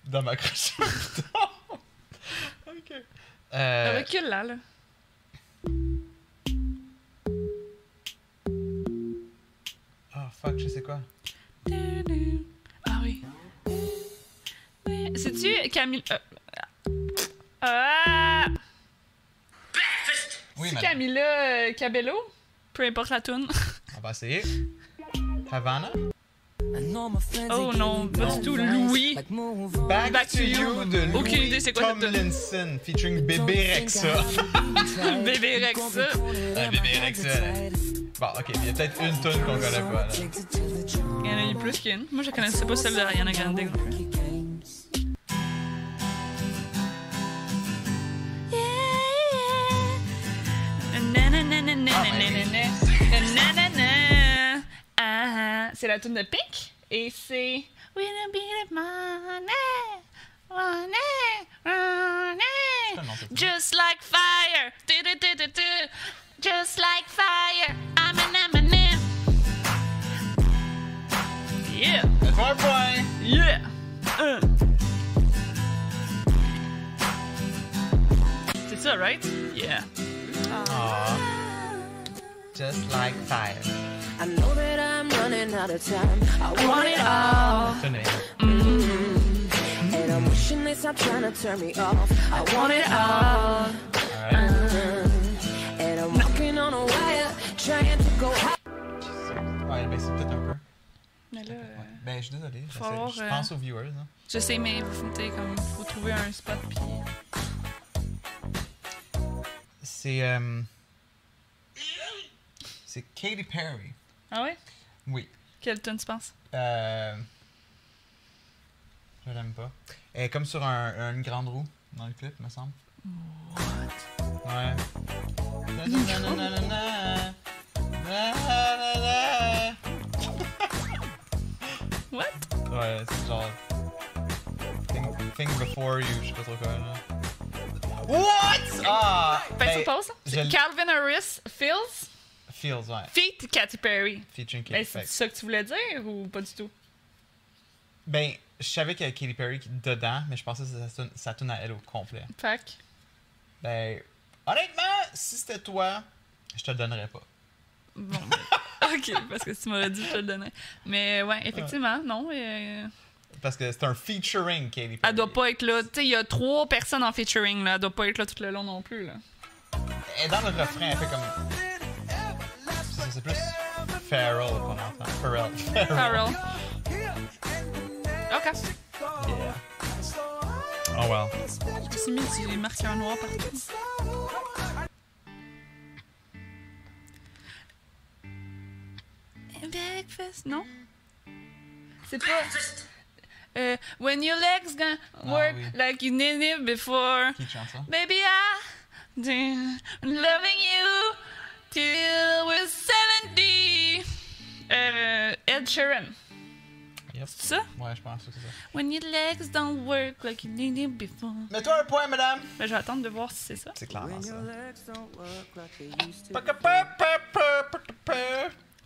Speaker 1: Dans ma croche. ok.
Speaker 2: Le
Speaker 1: Euh,
Speaker 2: recul là, là.
Speaker 1: oh fuck, je sais quoi.
Speaker 2: Ah oui. C'est-tu Camille. euh, Ah!
Speaker 1: Oui,
Speaker 2: C'est
Speaker 1: mais
Speaker 2: Camila euh, Cabello? Peu importe la tune.
Speaker 1: on va essayer. Havana?
Speaker 2: Oh non, pas du tout. Louis.
Speaker 1: Back,
Speaker 2: Back
Speaker 1: to,
Speaker 2: to
Speaker 1: You
Speaker 2: You.
Speaker 1: de Louis
Speaker 2: Aucune idée c'est quoi cette tune.
Speaker 1: Tomlinson featuring Bébé Rexa.
Speaker 2: Bébé Rexa.
Speaker 1: Ah, Bébé Rexa. Bon, ok, il y a peut-être une tune qu'on connaît pas. Là.
Speaker 2: Il y en a eu plus qu'une. Moi, je connaissais pas celle de Ariana Grande. non plus.
Speaker 1: Ah, ben oui.
Speaker 2: Nananananananananananana. Ah, C'est la tune de Pink et c'est We don't be the money, money,
Speaker 1: Ça, non,
Speaker 2: money.
Speaker 1: c'est pas.
Speaker 2: Just like fire, Du, du, du, du, du. just like fire. I'm an M&M. Yeah,
Speaker 1: Faites-moi un point!
Speaker 2: yeah. Euh. C'est ça, right? Yeah.
Speaker 1: Just like fire.
Speaker 7: I know that I'm running out of time. I want it all,
Speaker 1: Tenez.
Speaker 7: and I'm wishing they stop trying to turn me off. I want it all,
Speaker 1: Alright.
Speaker 7: and I'm walking on a wire, trying to go high.
Speaker 1: Ouais, ben c'est peut-être un peu.
Speaker 2: Mais là,
Speaker 1: Ouais. Ben, je suis désolé. j'essaie-
Speaker 2: avoir,
Speaker 1: Je
Speaker 2: euh,
Speaker 1: pense aux viewers. Hein.
Speaker 2: Je sais, mais vous foutez comme faut trouver un spot puis.
Speaker 1: C'est. euh, C'est Katy Perry.
Speaker 2: Ah ouais?
Speaker 1: Oui.
Speaker 2: Quelle tune tu penses?
Speaker 1: Euh... Je l'aime pas. Elle est comme sur un, une grande roue dans le clip, me semble. What? Ouais. Na-na-na-na-na-na. Na-na-na-na.
Speaker 2: What?
Speaker 1: Ouais, c'est genre. Think, think before you, je sais pas trop quoi. Là. What? Ah!
Speaker 2: Fais ça
Speaker 1: hey,
Speaker 2: pause.
Speaker 1: je
Speaker 2: Ben, C'est
Speaker 1: l-
Speaker 2: Calvin Harris, Phils,
Speaker 1: Feels, ouais.
Speaker 2: feat Katy Perry.
Speaker 1: Featuring Katy
Speaker 2: Ben, c'est
Speaker 1: Perry.
Speaker 2: ça que tu voulais dire ou pas du tout?
Speaker 1: Ben, je savais qu'il y avait Katy Perry qui- dedans, mais je pensais que ça tourne, ça tourne à elle au complet.
Speaker 2: Fac.
Speaker 1: Ben, honnêtement, si c'était toi, je te le donnerais pas.
Speaker 2: Bon. ben, ok, parce que si tu m'aurais dit, je te le donnais. Mais ouais, effectivement, non. euh,
Speaker 1: Parce que c'est un featuring Katy Perry.
Speaker 2: elle doit pas être là. Tu sais, il y a trois personnes en featuring, là. Elle doit pas être là tout le long non plus, là.
Speaker 1: Elle est dans le refrain, elle fait comme. Ça, C'est plus Farrell qu'on entend. Farrell.
Speaker 2: Farrell. Ok.
Speaker 1: Yeah. Oh well.
Speaker 2: C'est mis du marqueur noir partout. Breakfast, non? C'est pas. Euh, when your legs gonna work
Speaker 1: oui.
Speaker 2: like you did it before.
Speaker 1: Qui chante ça?
Speaker 2: Baby, I do- loving you till Uh, Sheeran.
Speaker 1: Yep.
Speaker 2: C'est ça?
Speaker 1: Ouais, je pense que c'est ça.
Speaker 2: When your legs don't work like you did it before.
Speaker 1: Mets-toi un point, madame!
Speaker 2: Ben, je vais attendre de voir si c'est ça.
Speaker 1: C'est clairement ça.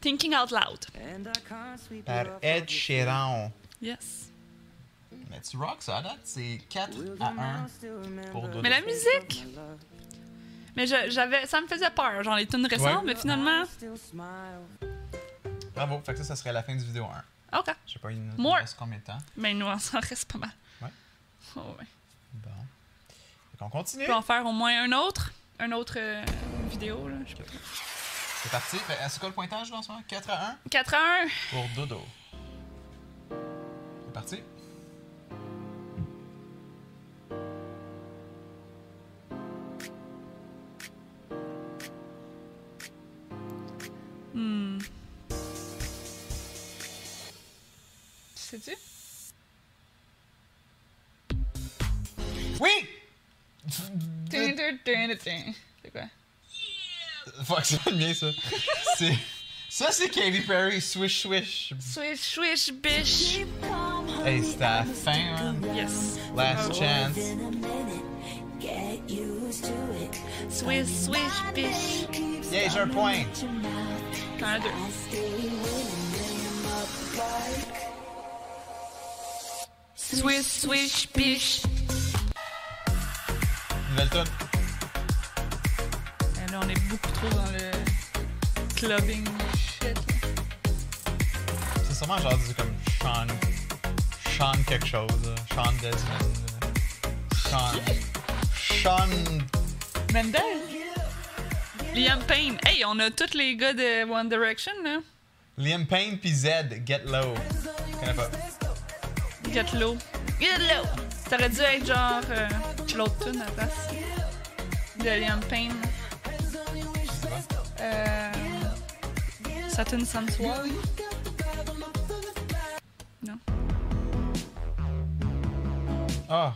Speaker 2: Thinking Out Loud.
Speaker 1: Par Ed Sheeran.
Speaker 2: Yes.
Speaker 1: Mais tu rock ça, à date? C'est 4 à 1 pour deux.
Speaker 2: Mais la musique! Mais je- j'avais, ça me faisait peur, genre les tunes récentes, mais
Speaker 1: Ouais.
Speaker 2: finalement.
Speaker 1: Bravo, fait que ça, ça serait la fin du vidéo 1.
Speaker 2: Ok.
Speaker 1: Je sais pas, il nous il nous
Speaker 2: More.
Speaker 1: reste combien de temps?
Speaker 2: Mais nous, on s'en reste pas mal.
Speaker 1: Ouais.
Speaker 2: Oh, ouais.
Speaker 1: Bon. Fait qu'on continue.
Speaker 2: On peut en faire au moins un autre. Un autre euh, vidéo, là. je sais pas.
Speaker 1: C'est parti. Fait, euh, C'est quoi le pointage dans ce moment? 4 à 1
Speaker 2: 4 à 1.
Speaker 1: pour Dodo. C'est parti.
Speaker 2: Hmm. Sais-tu?
Speaker 1: Oui!
Speaker 2: Tin, tin, tin, tin. C'est quoi?
Speaker 1: Fuck, c'est pas le mien, ça. C'est... Ça, c'est Katy Perry, Swish Swish.
Speaker 2: Swish, swish, bish.
Speaker 1: Hey, c'était à la fin, man.
Speaker 2: Yes.
Speaker 1: Last chance.
Speaker 2: Swish, swish, bish.
Speaker 1: Yeah, j'ai un point.
Speaker 2: Un, deux. Swish, swish, bish.
Speaker 1: Nouvelle tune.
Speaker 2: Euh, Là, on est beaucoup trop dans le clubbing shit.
Speaker 1: C'est sûrement genre du comme Sean. Sean quelque chose. là. Sean Desmond. là. Sean. Sean.
Speaker 2: Mendel? Liam Payne. Hey, on a tous les gars de One Direction, là.
Speaker 1: Liam Payne pis Zed, Get Low. Je connais pas.
Speaker 2: Get low. Get low! Ça aurait dû être genre euh, l'autre tune à la place. De Liam Payne. Euh, Saturn Santuary. Non.
Speaker 1: Ah!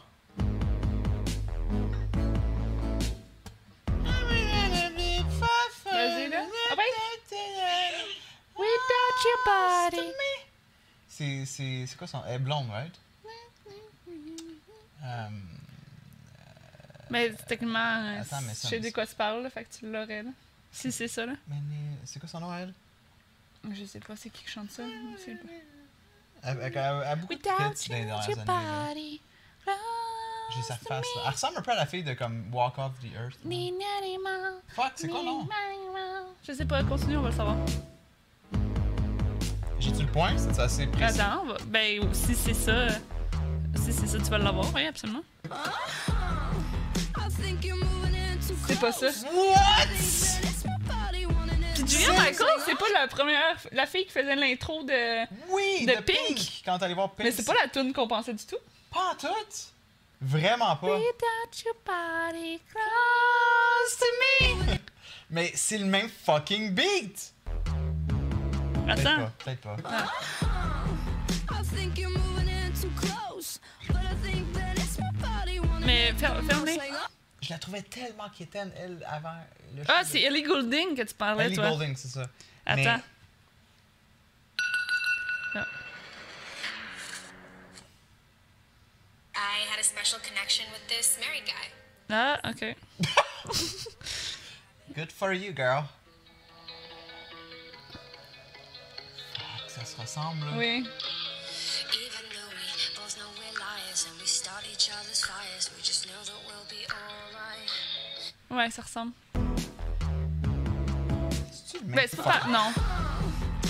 Speaker 2: Vas-y, là. Ah
Speaker 1: C'est, c'est, c'est quoi son. Elle est blonde, right? Euh,
Speaker 2: Mais techniquement, euh,
Speaker 1: Attends, mais
Speaker 2: je
Speaker 1: ça,
Speaker 2: sais
Speaker 1: mais
Speaker 2: de
Speaker 1: ça-
Speaker 2: quoi tu parles, là, fait que tu l'aurais, là. Si c'est ça, là.
Speaker 1: mais euh, c'est quoi son nom, elle?
Speaker 2: Je sais pas, c'est qui qui chante ça. je sais pas.
Speaker 1: Elle, elle- elle a beaucoup de hits dans les dernières années. là. J'ai sa face. là. Elle ressemble un peu à la fille de comme Walk Off the Earth. là. Fuck, c'est quoi, non?
Speaker 2: Je sais pas, continue, on va le savoir.
Speaker 1: J'ai-tu le point? C'est assez précis.
Speaker 2: Attends, on va- ben si c'est ça, euh, si c'est ça, tu vas l'avoir, oui, absolument.
Speaker 4: Uh-huh.
Speaker 2: C'est pas ça.
Speaker 1: What?
Speaker 2: Puis Julia Michaels, c'est pas la première, la fille qui faisait l'intro de,
Speaker 1: Oui!
Speaker 2: De
Speaker 1: de Pink.
Speaker 2: Pink.
Speaker 1: Quand t'allais voir Pink.
Speaker 2: mais c'est pas la tune qu'on pensait du tout.
Speaker 1: Pas en tout! Vraiment pas.
Speaker 2: oh,
Speaker 1: Mais c'est le même fucking beat! Peut-être
Speaker 2: Attends,
Speaker 1: pas, peut-être pas.
Speaker 2: mais fer- ferme-les.
Speaker 1: Je la trouvais tellement quétaine, elle, avant le
Speaker 2: Ah,
Speaker 1: show
Speaker 2: c'est Ellie Goulding que tu
Speaker 1: de-
Speaker 2: parlais,
Speaker 1: Ellie
Speaker 2: toi.
Speaker 1: Goulding, c'est ça.
Speaker 2: Attends.
Speaker 8: I had a special connection with this married guy.
Speaker 2: Ah, ok.
Speaker 1: Mais good for you, girl. Ah, que ça se ressemble, là.
Speaker 2: Oui.
Speaker 8: Even though we both know we're liars and we start each other's fires, we just know that we'll be alright.
Speaker 2: Ouais, ça ressemble.
Speaker 1: C'est-tu le même
Speaker 2: Ben, c'est pas.
Speaker 1: fucking-
Speaker 2: Non.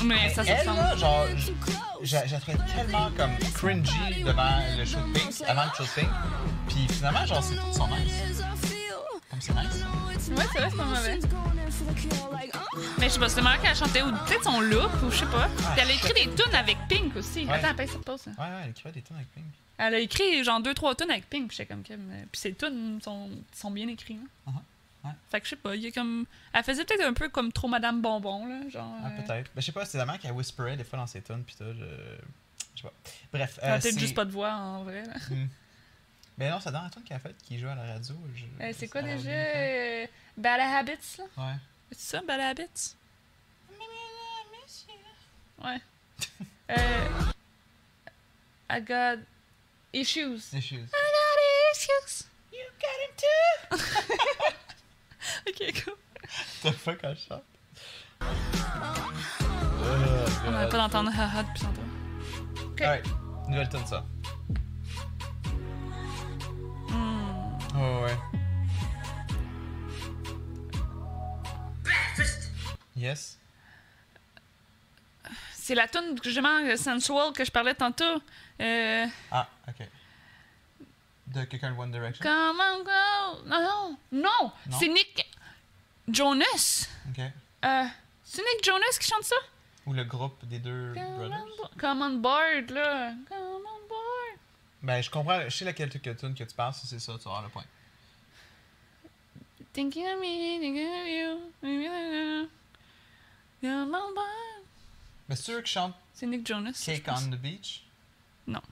Speaker 2: Mais ça se
Speaker 1: Elle, là,
Speaker 2: ressemble.
Speaker 1: genre, je- je je la trouvais tellement comme cringy devant le show de Pink, avant le show de Pink. Puis finalement, genre, c'est tout son nice. Comme c'est nice.
Speaker 2: Ouais, c'est vrai, c'est pas mauvais.
Speaker 4: uh-huh.
Speaker 2: Mais je sais pas, c'est marrant qu'elle chantait ou peut-être son look ou je sais pas. Puis elle a écrit des tunes avec Pink aussi.
Speaker 1: Ah, Ouais.
Speaker 2: Attends, paye cette pause. là.
Speaker 1: Ouais, ouais, elle écrivait des tunes avec Pink.
Speaker 2: Elle a écrit genre deux trois tunes avec Pink, je sais comme que mais- puis ces tunes sont, sont bien écrites. là.
Speaker 1: Uh-huh, ouais.
Speaker 2: Fait que je sais pas, il y a comme elle faisait peut-être un peu comme trop madame bonbon là, genre
Speaker 1: Ah,
Speaker 2: euh,
Speaker 1: peut-être. Ben, je sais pas, c'est la mère qui a whisperé des fois dans ses tunes, pis tout. Je... je sais pas. Bref.
Speaker 2: elle
Speaker 1: euh,
Speaker 2: a peut-être
Speaker 1: c'est- Euh,
Speaker 2: juste pas de voix en vrai. là.
Speaker 1: Ben non, c'est dans la tune qu'elle a faite qui joue à la radio. je-
Speaker 2: Euh, c'est quoi
Speaker 1: ça va
Speaker 2: déjà
Speaker 1: bien,
Speaker 2: euh, Bad Habits là
Speaker 1: Ouais.
Speaker 2: C'est ça Bad Habits Ouais. Euh, I got issues.
Speaker 1: Issues.
Speaker 2: I got issues.
Speaker 1: You got him too!
Speaker 2: Ok, cool.
Speaker 1: The fuck I shot. Oh,
Speaker 2: On n'aurait
Speaker 1: God.
Speaker 2: pas d'entendre ha ha depuis tantôt.
Speaker 1: Alright, nouvelle tonne ça.
Speaker 2: Hmm.
Speaker 1: Oh ouais.
Speaker 3: Breakfast.
Speaker 1: Yes.
Speaker 2: C'est la tune justement euh, sensual que je parlais tantôt. Euh,
Speaker 1: Ah, ok. De quelqu'un de One Direction.
Speaker 2: come on go. Non, non, non.
Speaker 1: Non.
Speaker 2: C'est Nick Jonas.
Speaker 1: Ok.
Speaker 2: Euh, c'est Nick Jonas qui chante ça?
Speaker 1: Ou le groupe des deux
Speaker 2: Come
Speaker 1: brothers.
Speaker 2: on, bo- come on board, là. Come on board.
Speaker 1: Ben, je comprends. Je sais laquelle tu- que tune que tu parles, si c'est ça, tu auras le point.
Speaker 2: Thinking of me, thinking of you. Come on board.
Speaker 1: Mais c'est sûr que chante
Speaker 2: C'est Nick Jonas. je
Speaker 1: Cake
Speaker 2: pense.
Speaker 1: on the Beach?
Speaker 2: Non.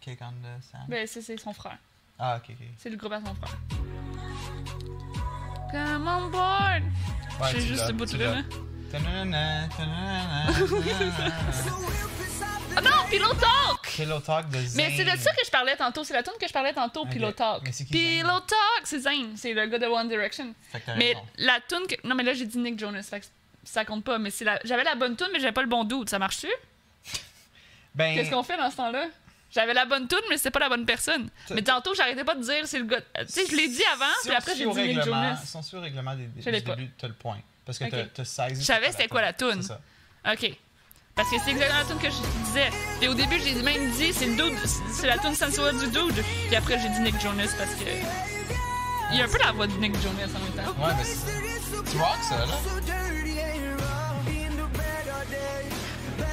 Speaker 1: Cake on the Sand?
Speaker 2: Ben, c'est c'est son frère.
Speaker 1: Ah, ok, ok.
Speaker 2: C'est le groupe à son frère. Come on board.
Speaker 1: Ouais,
Speaker 2: J'ai
Speaker 1: tu
Speaker 2: juste
Speaker 1: l'as,
Speaker 2: ce
Speaker 1: tu
Speaker 2: bout-là. hein.
Speaker 1: l'as.
Speaker 2: là.
Speaker 1: Ta-na-na-na, ta-na-na-na, ta-na-na-na.
Speaker 2: Ah non, Pillow Talk!
Speaker 1: Pillow Talk de Zayn.
Speaker 2: Mais c'est de ça que je parlais tantôt. C'est la tune que je parlais tantôt,
Speaker 1: Ok.
Speaker 2: Pillow Talk.
Speaker 1: Mais c'est qui, Zayn?
Speaker 2: Pillow Talk, c'est Zayn. C'est le gars de One Direction.
Speaker 1: Fait que t'as
Speaker 2: Mais
Speaker 1: raison.
Speaker 2: la tune que. Non, mais là, j'ai dit Nick Jonas. Fait que ça compte pas. Mais c'est la... j'avais la bonne tune, mais j'avais pas le bon doute. Ça marche-tu?
Speaker 1: Ben,
Speaker 2: Qu'est-ce qu'on fait dans ce temps-là? J'avais la bonne tune, mais c'était pas la bonne personne.
Speaker 1: T'as-
Speaker 2: Mais tantôt, j'arrêtais pas de dire c'est le gars. euh, Tu sais, je l'ai dit avant,
Speaker 1: si
Speaker 2: puis
Speaker 1: on
Speaker 2: après,
Speaker 1: suit
Speaker 2: j'ai
Speaker 1: au
Speaker 2: dit Nick
Speaker 1: règlement-
Speaker 2: Jonas.
Speaker 1: Si on suit au règlement des, des,
Speaker 2: Je l'ai
Speaker 1: du
Speaker 2: pas.
Speaker 1: début, t'as le point. Parce que
Speaker 2: Ok.
Speaker 1: t'as- t'as saisi.
Speaker 2: Je savais c'était quoi la
Speaker 1: tune.
Speaker 2: tune.
Speaker 1: C'est ça.
Speaker 2: Ok. Parce que c'est exactement la tune que je disais. Et au début, j'ai même dit c'est le dude, c'est la tune sensuelle du dude. Puis après, j'ai dit Nick Jonas parce que. Il y a un peu la voix de Nick Jonas en même temps.
Speaker 1: Ouais, mais c'est- tu rock ça, là.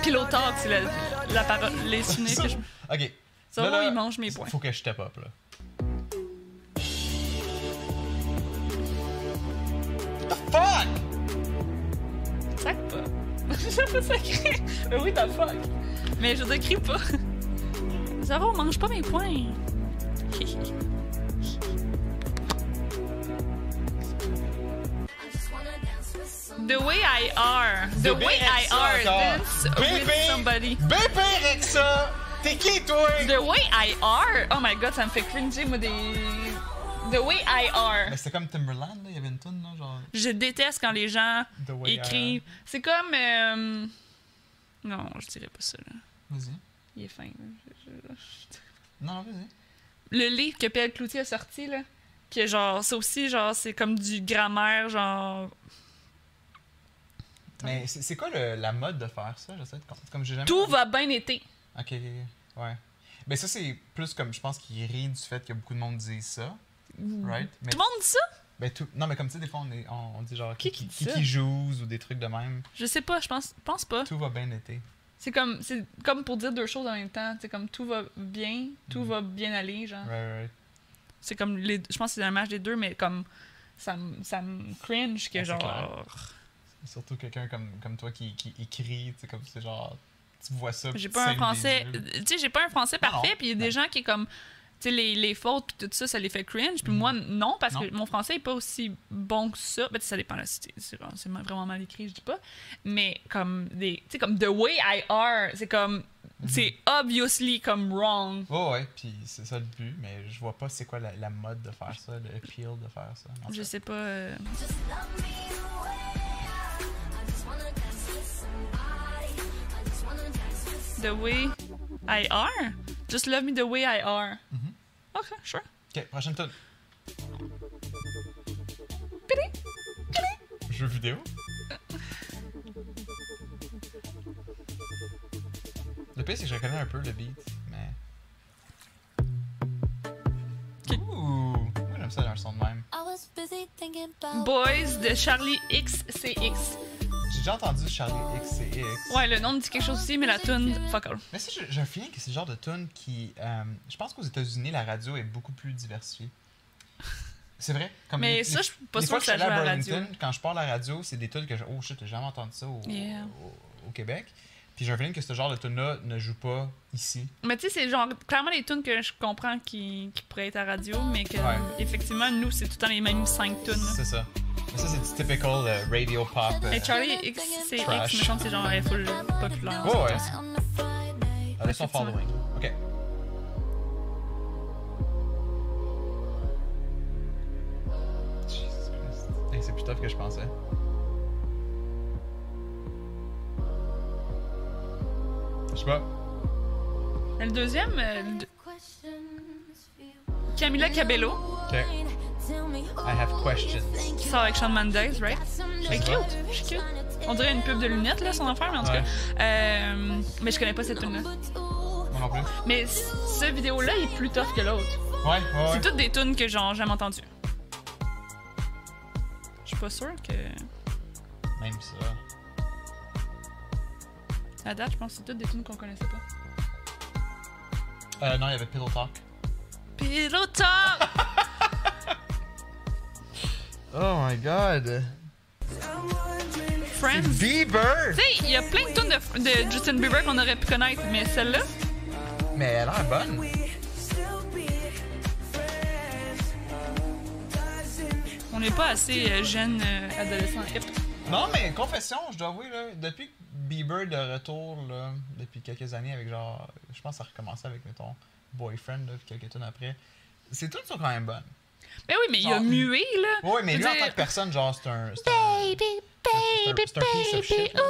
Speaker 2: Pillow Talk, c'est la, la parole, les souvenirs que je.
Speaker 1: Ok.
Speaker 2: Ça,
Speaker 1: Là, là,
Speaker 2: il mange mes points.
Speaker 1: Faut que je step up, là. The fuck?
Speaker 2: Sac pas. Je pas sacré. Mais oui, t'as fuck. Mais je décris pas. Zoro, mange pas mes points. The way I are. The
Speaker 1: Bébé
Speaker 2: way I
Speaker 1: Rexa
Speaker 2: are.
Speaker 1: encore.
Speaker 2: Dance
Speaker 1: Bébé-
Speaker 2: with somebody.
Speaker 1: Bébé Rexa! T'es qui, toi?
Speaker 2: The way I are. Oh my god, ça me fait cringer, moi, des. The way I are.
Speaker 1: Mais c'était comme Timberland, là. Il y avait une tune, là, genre.
Speaker 2: Je déteste quand les gens
Speaker 1: The way I
Speaker 2: écrivent. C'est comme. euh, Non, je dirais pas ça, là.
Speaker 1: Vas-y.
Speaker 2: Il est fin. là. Je- je-
Speaker 1: Non, vas-y.
Speaker 2: Le livre que Pierre Cloutier a sorti, là, que genre, ça aussi, genre, c'est comme du grammaire, genre.
Speaker 1: Mais c'est c'est quoi le- la mode de faire ça? J'essaie de comprendre. Comme j'ai jamais.
Speaker 2: Tout va bien été.
Speaker 1: Ok, ok, ok. ouais. Mais ça, c'est plus comme je pense qu'il rit du fait que beaucoup de monde dit ça. Right? Mais,
Speaker 2: Mmh. Tout le monde dit ça?
Speaker 1: ben, tout- Non, mais comme tu sais, des fois, on, est, on, on dit genre
Speaker 2: Qui qui
Speaker 1: qui,
Speaker 2: dit
Speaker 1: qui,
Speaker 2: ça?
Speaker 1: qui joue ou des trucs de même.
Speaker 2: Je sais pas, je pense, pense pas.
Speaker 1: Tout va bien été.
Speaker 2: C'est comme, c'est comme pour dire deux choses en même temps. C'est comme tout va bien,
Speaker 1: Mm.
Speaker 2: tout va bien aller, genre.
Speaker 1: Right, right.
Speaker 2: C'est comme, les, je pense que c'est un match des deux, mais comme, ça me ça me cringe que
Speaker 1: Ah, c'est
Speaker 2: genre.
Speaker 1: Surtout quelqu'un comme, comme toi qui, qui écrit, tu sais, comme c'est genre. Tu vois ça. puis
Speaker 2: J'ai
Speaker 1: tu
Speaker 2: pas un
Speaker 1: saignes des
Speaker 2: français, euh,
Speaker 1: yeux.
Speaker 2: tu sais, j'ai pas un français
Speaker 1: Non,
Speaker 2: parfait,
Speaker 1: non.
Speaker 2: puis il y a des gens qui comme tu sais les, les fautes puis tout ça, ça les fait cringe, puis
Speaker 1: Mm.
Speaker 2: moi non parce que mon français est pas aussi bon que ça. Ben tu sais, ça dépend là, si t'es- c'est c'est vraiment mal écrit, je dis pas, mais comme des tu sais comme the way I are, c'est comme
Speaker 1: Mm-hmm.
Speaker 2: c'est obviously comme wrong.
Speaker 1: Ouais, ouais, puis c'est ça le but, mais je vois pas c'est quoi la, la mode de faire ça, le appeal de faire ça. En
Speaker 2: Je
Speaker 1: fait.
Speaker 2: sais pas euh, the way I are. Just love me the way I are.
Speaker 1: Mm-hmm.
Speaker 2: OK, sure.
Speaker 1: Ok, prochaine tune. Jeu vidéo. Le pire, c'est que je reconnais un peu le beat, mais. Ouh! Moi, j'aime ça dans le son de même.
Speaker 4: I was busy thinking about
Speaker 2: Boys de Charlie XCX.
Speaker 1: J'ai déjà entendu Charlie X et X.
Speaker 2: Ouais, le nom me dit quelque chose aussi, mais la tune, fuck all.
Speaker 1: Mais ça, j'ai- j'ai un feeling que c'est le genre de tune qui. euh, je pense qu'aux États-Unis, la radio est beaucoup plus diversifiée. C'est vrai? Comme
Speaker 2: Mais ça, je suis pas
Speaker 1: les
Speaker 2: sûre
Speaker 1: fois
Speaker 2: que ça
Speaker 1: je suis allé
Speaker 2: joue à la
Speaker 1: Burlington, Quand je parle à la radio, c'est des tunes que je. Oh shit, j'ai jamais entendu ça au,
Speaker 2: Yeah.
Speaker 1: au- au Québec. Puis j'ai un feeling que ce genre de tune-là ne joue pas ici.
Speaker 2: Mais tu sais, c'est genre clairement les tunes que je comprends qui, qui pourraient être à radio, mais que
Speaker 1: Ouais.
Speaker 2: effectivement, nous, c'est tout le temps les mêmes 5 tunes. là.
Speaker 1: C'est ça. Mais ça, c'est du typical euh, radio pop. euh,
Speaker 2: Et Charlie X, c'est X,
Speaker 1: Trash.
Speaker 2: me semble, c'est genre, elle est full populaire.
Speaker 1: Oh, ouais.
Speaker 4: On a Friday.
Speaker 1: Ah, là, ils sont following. Ok. Jesus Christ. Hey, c'est plus tough que je pensais. Je sais pas. Oh.
Speaker 2: Le deuxième, euh, le deux-
Speaker 4: Questions for you.
Speaker 2: Camila Cabello,
Speaker 1: Ok. I have questions.
Speaker 2: qui sort avec Shawn Mendes, right? Elle est
Speaker 1: sais pas.
Speaker 2: cute, je suis cute. On dirait une pub de lunettes, là, son affaire, mais en tout
Speaker 1: Ouais.
Speaker 2: cas. Euh, mais je connais pas cette tune-là.
Speaker 1: Moi non plus.
Speaker 2: Mais c- cette vidéo-là est plus tough que l'autre.
Speaker 1: Ouais, ouais, ouais.
Speaker 2: C'est toutes des tunes que j'ai jamais entendues. Je suis pas sûre que.
Speaker 1: Même ça.
Speaker 2: À date, je pense que c'est toutes des tunes qu'on connaissait pas.
Speaker 1: Euh, non, il y avait Pillow Talk.
Speaker 2: Pilota!
Speaker 1: Oh my god.
Speaker 2: Friends!
Speaker 1: Bieber!
Speaker 2: Tu sais, il y a plein de tunes de, de Justin Bieber qu'on aurait pu connaître, mais celle-là,
Speaker 1: Mais elle a l'air bonne.
Speaker 2: on n'est pas assez euh, jeune, euh, adolescent, hip.
Speaker 1: Non, mais confession, je dois avouer, là, depuis que Bieber est de retour, là, depuis quelques années, avec genre, je pense que ça a recommencé avec, mettons, Boyfriend, là, puis quelques tunes après, ces tunes sont quand même bonnes.
Speaker 2: Ben oui, mais il a
Speaker 1: Genre-
Speaker 2: mué, là.
Speaker 1: Ouais, mais
Speaker 2: Je
Speaker 1: lui,
Speaker 2: veux
Speaker 1: en
Speaker 2: dire-
Speaker 1: tant que personne, genre, c'est un. c'est un-
Speaker 4: Baby,
Speaker 1: c'est un-
Speaker 4: baby,
Speaker 1: c'est un piece of shit, là.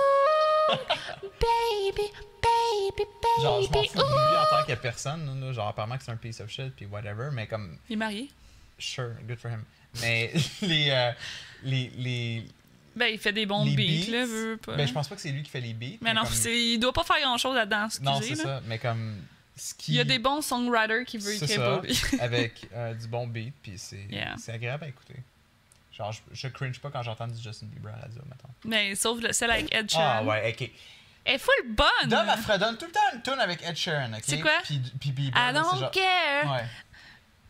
Speaker 4: baby, baby, baby.
Speaker 1: Genre, je m'en fous de lui en tant que personne, là, genre, apparemment que c'est un piece of shit, puis whatever, mais comme,
Speaker 2: Il est marié.
Speaker 1: sure, good for him. Mais les. euh, les, les,
Speaker 2: Ben, il fait des bons
Speaker 1: les
Speaker 2: beats,
Speaker 1: beats,
Speaker 2: là, veut veut pas.
Speaker 1: Ben, je pense pas que c'est lui qui fait les beats.
Speaker 2: Mais non,
Speaker 1: comme-
Speaker 2: c'est- il doit pas faire grand-chose là-dedans,
Speaker 1: Non,
Speaker 2: excusez,
Speaker 1: c'est
Speaker 2: là.
Speaker 1: ça, mais comme. Ce qui...
Speaker 2: Il y a des bons songwriters qui veulent
Speaker 1: C'est
Speaker 2: écrire
Speaker 1: ça,
Speaker 2: pour lui.
Speaker 1: avec euh, du bon beat, puis c'est
Speaker 2: Yeah.
Speaker 1: c'est agréable à écouter. Genre, je, je cringe pas quand j'entends du Justin Bieber à la radio, mettons.
Speaker 2: Mais sauf le- celle avec Ed
Speaker 1: Ah
Speaker 2: Sheeran.
Speaker 1: ouais, ok.
Speaker 2: Elle est full bonne!
Speaker 1: Dom, elle fredonne tout le temps une tune avec Ed Sheeran, ok?
Speaker 2: C'est quoi?
Speaker 1: Puis, puis Bieber.
Speaker 2: I
Speaker 1: là, Ah, c'est
Speaker 2: don't
Speaker 1: genre-
Speaker 2: care
Speaker 1: Ouais.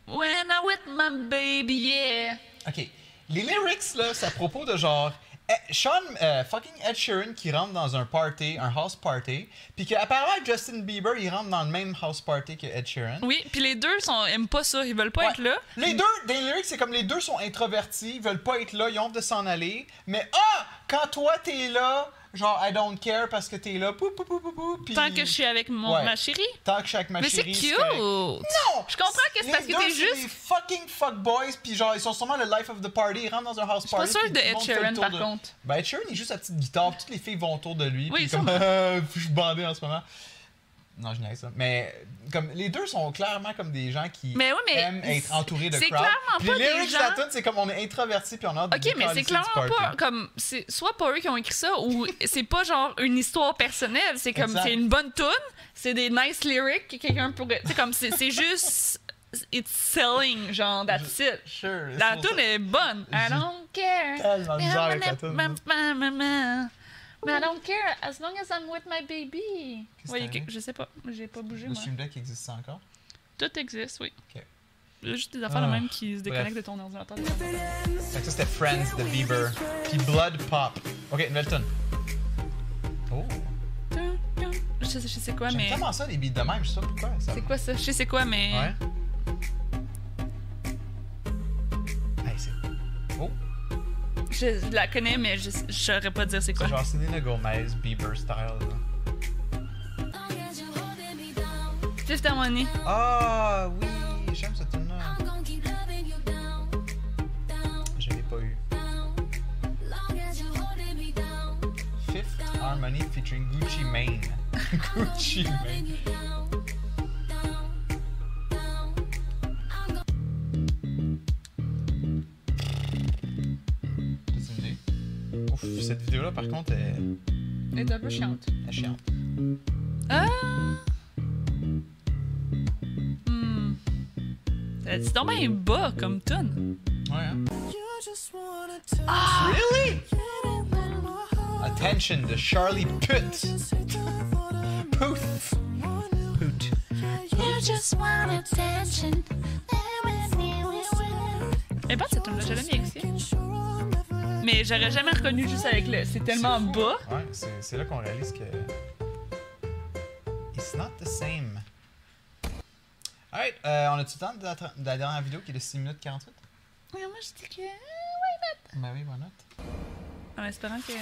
Speaker 2: when I'm with my baby, yeah.
Speaker 1: Ok. Les lyrics, là, c'est à propos de genre. eh, Sean, euh, fucking Ed Sheeran qui rentre dans un party, un house party, puis qu'apparemment Justin Bieber il rentre dans le même house party que Ed Sheeran.
Speaker 2: Oui, puis les deux sont, aiment pas ça, ils veulent pas
Speaker 1: Ouais.
Speaker 2: être là.
Speaker 1: Les deux, dans les lyrics, c'est comme les deux sont introvertis, ils veulent pas être là, ils ont honte de s'en aller. Mais ah, quand toi t'es là, genre I don't care parce que t'es là, pou pou pou pou pou. puis-
Speaker 2: Tant que je suis avec mon,
Speaker 1: Ouais.
Speaker 2: ma chérie.
Speaker 1: Tant que chaque ma
Speaker 2: Mais c'est
Speaker 1: chérie,
Speaker 2: cute!
Speaker 1: correct. Non!
Speaker 2: Je comprends que c'est
Speaker 1: Les
Speaker 2: parce que
Speaker 1: deux,
Speaker 2: t'es
Speaker 1: c'est
Speaker 2: juste-
Speaker 1: Des fucking fuckboys, puis genre ils sont sûrement le life of the party, ils rentrent dans un house party.
Speaker 2: pas sûre
Speaker 1: puis
Speaker 2: de
Speaker 1: tout le
Speaker 2: Ed
Speaker 1: monde fait le
Speaker 2: Sheeran,
Speaker 1: tour
Speaker 2: par
Speaker 1: de-
Speaker 2: contre.
Speaker 1: Ben Ed Sheeran, il joue sa petite guitare, puis toutes les filles vont autour de lui,
Speaker 2: Oui,
Speaker 1: puis comme
Speaker 2: sûrement.
Speaker 1: Euh, je suis bandé en ce moment. Non, je n'ai ça. Mais comme les deux sont clairement comme des gens qui
Speaker 2: Mais oui, mais
Speaker 1: aiment être entourés de
Speaker 2: c'est
Speaker 1: crowd.
Speaker 2: clairement
Speaker 1: Puis
Speaker 2: pas
Speaker 1: les
Speaker 2: des
Speaker 1: lyrics de
Speaker 2: gens-
Speaker 1: la tune, c'est comme on est introverti puis on a hâte de
Speaker 2: Ok, mais
Speaker 1: décalisser
Speaker 2: c'est
Speaker 1: du
Speaker 2: clairement
Speaker 1: party.
Speaker 2: pas comme. c'est Soit pas eux qui ont écrit ça ou c'est pas genre une histoire personnelle. C'est comme.
Speaker 1: Exact.
Speaker 2: C'est une bonne tune, c'est des nice lyrics que quelqu'un pourrait. C'est comme. C'est c'est juste. It's selling, genre, that's it.
Speaker 1: Sure.
Speaker 2: La
Speaker 1: c'est pour
Speaker 2: tune
Speaker 1: ça.
Speaker 2: est bonne. I
Speaker 1: J'ai
Speaker 2: don't care.
Speaker 1: tellement de misère avec la toune, là.
Speaker 2: Mais I don't care as long as I'm with my baby.
Speaker 1: Qu'est-ce
Speaker 2: Oui,
Speaker 1: que t'as
Speaker 2: que- je sais pas, j'ai pas bougé
Speaker 1: Le
Speaker 2: moi.
Speaker 1: stream deck existe ça encore.
Speaker 2: Tout existe, oui.
Speaker 1: Ok.
Speaker 2: Il y a juste des affaires
Speaker 1: Ah,
Speaker 2: de même qui se déconnectent
Speaker 1: bref.
Speaker 2: de ton ordinateur.
Speaker 1: Fait que ça c'était Friends de Bieber. Puis Blood Pop. Ok, nouvelle tune. Oh.
Speaker 2: Je sais, je sais quoi,
Speaker 1: J'aime
Speaker 2: mais.
Speaker 1: tellement ça les beats de même, je sais pas pourquoi. Ça...
Speaker 2: C'est quoi ça? Je sais c'est quoi, mais.
Speaker 1: Ouais. Hey, c'est. Oh.
Speaker 2: Je, je la connais, mais je, je saurais pas dire c'est quoi.
Speaker 1: C'est genre Selena Gomez, Bieber style. là.
Speaker 4: Long as you're holding me down,
Speaker 2: Fifth Harmony.
Speaker 1: Ah oui, j'aime cette tune là.
Speaker 4: I'm gonna keep loving you down, down,
Speaker 1: Je l'ai pas eu.
Speaker 4: down. Long as you're holding me down,
Speaker 1: Fifth Harmony featuring Gucci Mane. Gucci
Speaker 4: loving
Speaker 1: Mane.
Speaker 4: you down, down, down. I'm gonna
Speaker 1: T'as-tu une idée? Ouf, cette vidéo là par contre elle
Speaker 2: Elle est un
Speaker 1: Euh.
Speaker 2: peu chiante.
Speaker 1: elle est chiante.
Speaker 2: Ah! Hmm. Euh, C'est donc bien bas comme tune.
Speaker 1: Ouais, hein?
Speaker 2: Ah!
Speaker 1: Attention de Charlie Puth. Puth. Puth.
Speaker 4: You just want attention.
Speaker 2: Elle est bonne cette tune-là, j'avais bien écouté. Mais j'aurais jamais reconnu juste avec le. C'est tellement
Speaker 1: C'est fou,
Speaker 2: bas.
Speaker 1: hein? Ouais, c'est c'est là qu'on réalise que. It's not the same. Alright, euh, on a-tu le temps de la, tra- de la dernière vidéo qui est de 6 minutes 48?
Speaker 2: Ouais, moi je dis que. ah, Ouais,
Speaker 1: Ben oui, why not?
Speaker 2: En espérant que.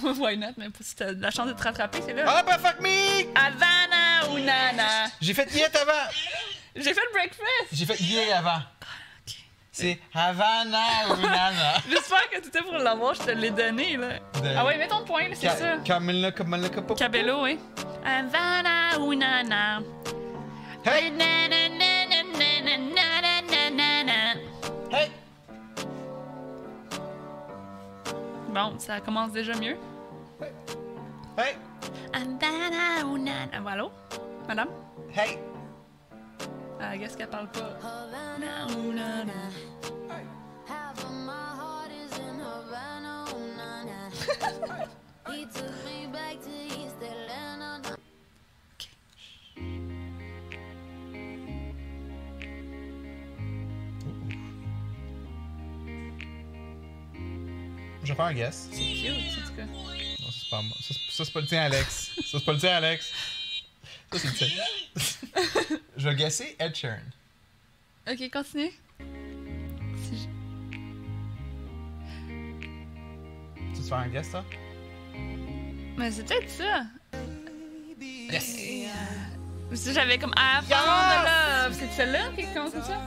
Speaker 2: Why not? Mais si t'as de la chance de te rattraper, c'est là.
Speaker 1: Ah, bah fuck me!
Speaker 2: Havana ou Nana?
Speaker 1: J'ai fait yet avant!
Speaker 2: J'ai fait le breakfast!
Speaker 1: J'ai fait yet avant.
Speaker 2: ok.
Speaker 1: C'est Havana ou Nana.
Speaker 2: J'espère que t'étais pour l'avoir, je te l'ai donné, là.
Speaker 1: De-
Speaker 2: Ah ouais, mets ton point, là, c'est ça.
Speaker 1: Comme là, comme là, comme
Speaker 2: Cabello, oui. Havana ou Nana?
Speaker 1: Hey!
Speaker 2: Nana, nana, nana, nana, nana, nana.
Speaker 1: Hey!
Speaker 2: Bon, ça commence déjà mieux.
Speaker 1: Hey!
Speaker 2: Havana ou Nana? Ah, Allô? Madame?
Speaker 1: Hey!
Speaker 2: Ah, qu'est-ce qu'elle parle pas? Havana ou Nana?
Speaker 4: Half of my heart is in Havana, oh, na, na. He took me back to East Atlanta.
Speaker 1: Je vais faire un guess.
Speaker 2: C'est cute, en tout cas.
Speaker 1: Non, ça, c'est pas moi. Ça, c'est- ça, c'est pas le tien, Alex. Ça, c'est pas le tien, Alex. Ça, c'est le tien. Je vais guesser Ed Sheeran.
Speaker 2: Ok, continue. Si j-
Speaker 1: Tu veux faire un guess, ça?
Speaker 2: Mais c'est peut-être ça. Parce que j'avais comme Ah, Found the Love. C'est celle-là qui commence comme ça?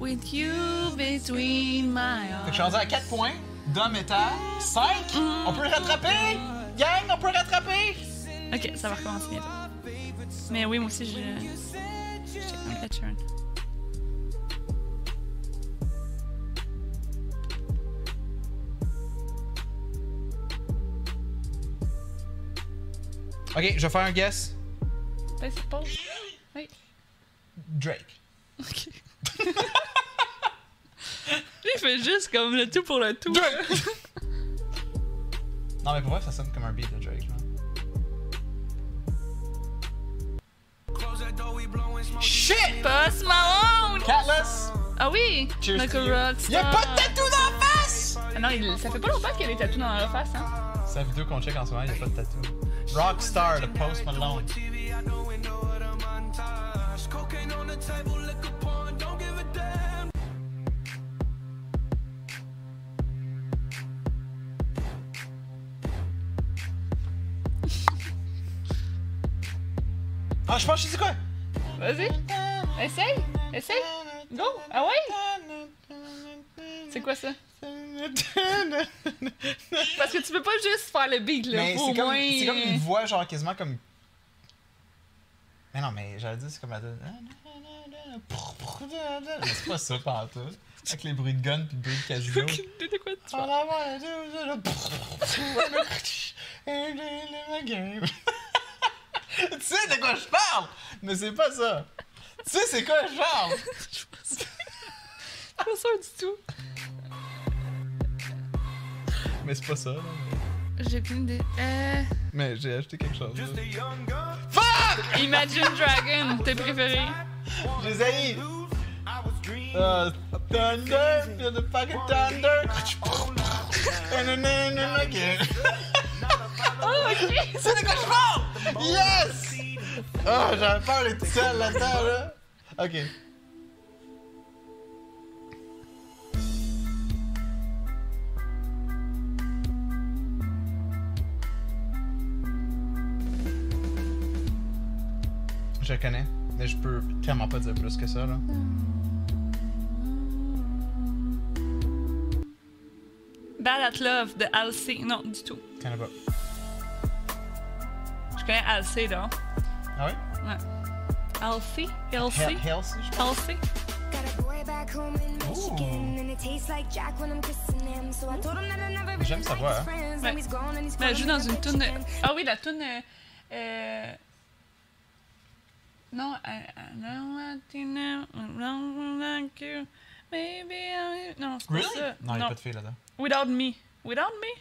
Speaker 2: With you between my
Speaker 1: Fait que je
Speaker 2: arms.
Speaker 1: suis rendu à 4 points. Dom est à 5. On peut le rattraper! Gang, on peut le rattraper!
Speaker 2: Ok, ça va recommencer bientôt. Mais oui, moi aussi, je. Je check mon Patreon.
Speaker 1: Ok, je vais faire un guess.
Speaker 2: Ben, c'est pas. Oui.
Speaker 1: Drake.
Speaker 2: Ok. Il fait juste comme le tout pour le tout.
Speaker 1: Drake! non, mais pour vrai, ça sonne comme un beat de Drake, là. Shit!
Speaker 2: Post Malone!
Speaker 1: Catless!
Speaker 2: Ah oui!
Speaker 1: Cheers
Speaker 2: Like
Speaker 1: to
Speaker 2: a
Speaker 1: you.
Speaker 2: rockstar.
Speaker 1: Y'a pas de tatou dans la face!
Speaker 2: Ah non, il- ça fait pas longtemps qu'elle est tatouée dans la face, hein?
Speaker 1: Sa vidéo qu'on check en ce moment, y'a pas de tatou. Rockstar de Post Malone. Ah, je pense que je sais quoi?
Speaker 2: Vas-y! Essaye! Essaye! Go! Ah ouais? C'est quoi ça? Parce que tu peux pas juste faire le beat, là.
Speaker 1: Mais
Speaker 2: Au
Speaker 1: c'est comme,
Speaker 2: moins. euh,
Speaker 1: c'est comme une voix, genre quasiment comme. Mais non, mais j'allais dire, c'est comme la. Mais c'est pas ça, par tout. Avec les bruits de gun puis le bruit de casino.
Speaker 2: Aucune idée de quoi tu
Speaker 1: All
Speaker 2: parles.
Speaker 1: I wanna do is- And in my game. Tu sais de quoi je parle! Mais c'est pas ça! Tu sais c'est quoi je parle!
Speaker 2: Je suis pas sûre. Je suis pas sûre du tout.
Speaker 1: Mais c'est pas ça, là.
Speaker 2: J'ai aucune idée. Euh.
Speaker 1: Mais j'ai acheté quelque chose. là.
Speaker 2: Imagine Dragon, tes préféré.
Speaker 1: Je les ai Euh, thunder, feel the fucking thunder. Nanana, ok.
Speaker 2: Oh, ok!
Speaker 1: C'est de quoi je parle? Yes! Oh, j'avais peur d'être seul là-dedans, là. Ok. Je connais, mais je peux tellement pas dire plus que ça, là.
Speaker 2: Bad at Love de Alcé. Non, du tout.
Speaker 1: T'en as pas.
Speaker 2: Je connais Alcé, là.
Speaker 1: Ah oui?
Speaker 2: Ouais. Alcé?
Speaker 1: Hel-
Speaker 2: Alcé?
Speaker 1: Halsey, je pense.
Speaker 2: Alcé?
Speaker 6: Got a boy back home in Michigan,
Speaker 1: Oh.
Speaker 6: and it tastes like Jack when I'm kissing him. So I told him that I never really
Speaker 1: J'aime sa
Speaker 6: liked
Speaker 1: voix,
Speaker 6: his
Speaker 1: hein.
Speaker 6: friends.
Speaker 2: Ouais.
Speaker 6: Now he's gone and he's
Speaker 2: Mais elle joue dans
Speaker 6: calling me
Speaker 2: une
Speaker 6: a
Speaker 2: toune.
Speaker 6: bitch
Speaker 2: Ah oui, la toune. euh, euh, Non, euh, I, I don't want to know, I don't like you, maybe I- Non, c'est pas ça.
Speaker 1: Non, il y a pas de fille là-dedans.
Speaker 2: Without Me. Without Me?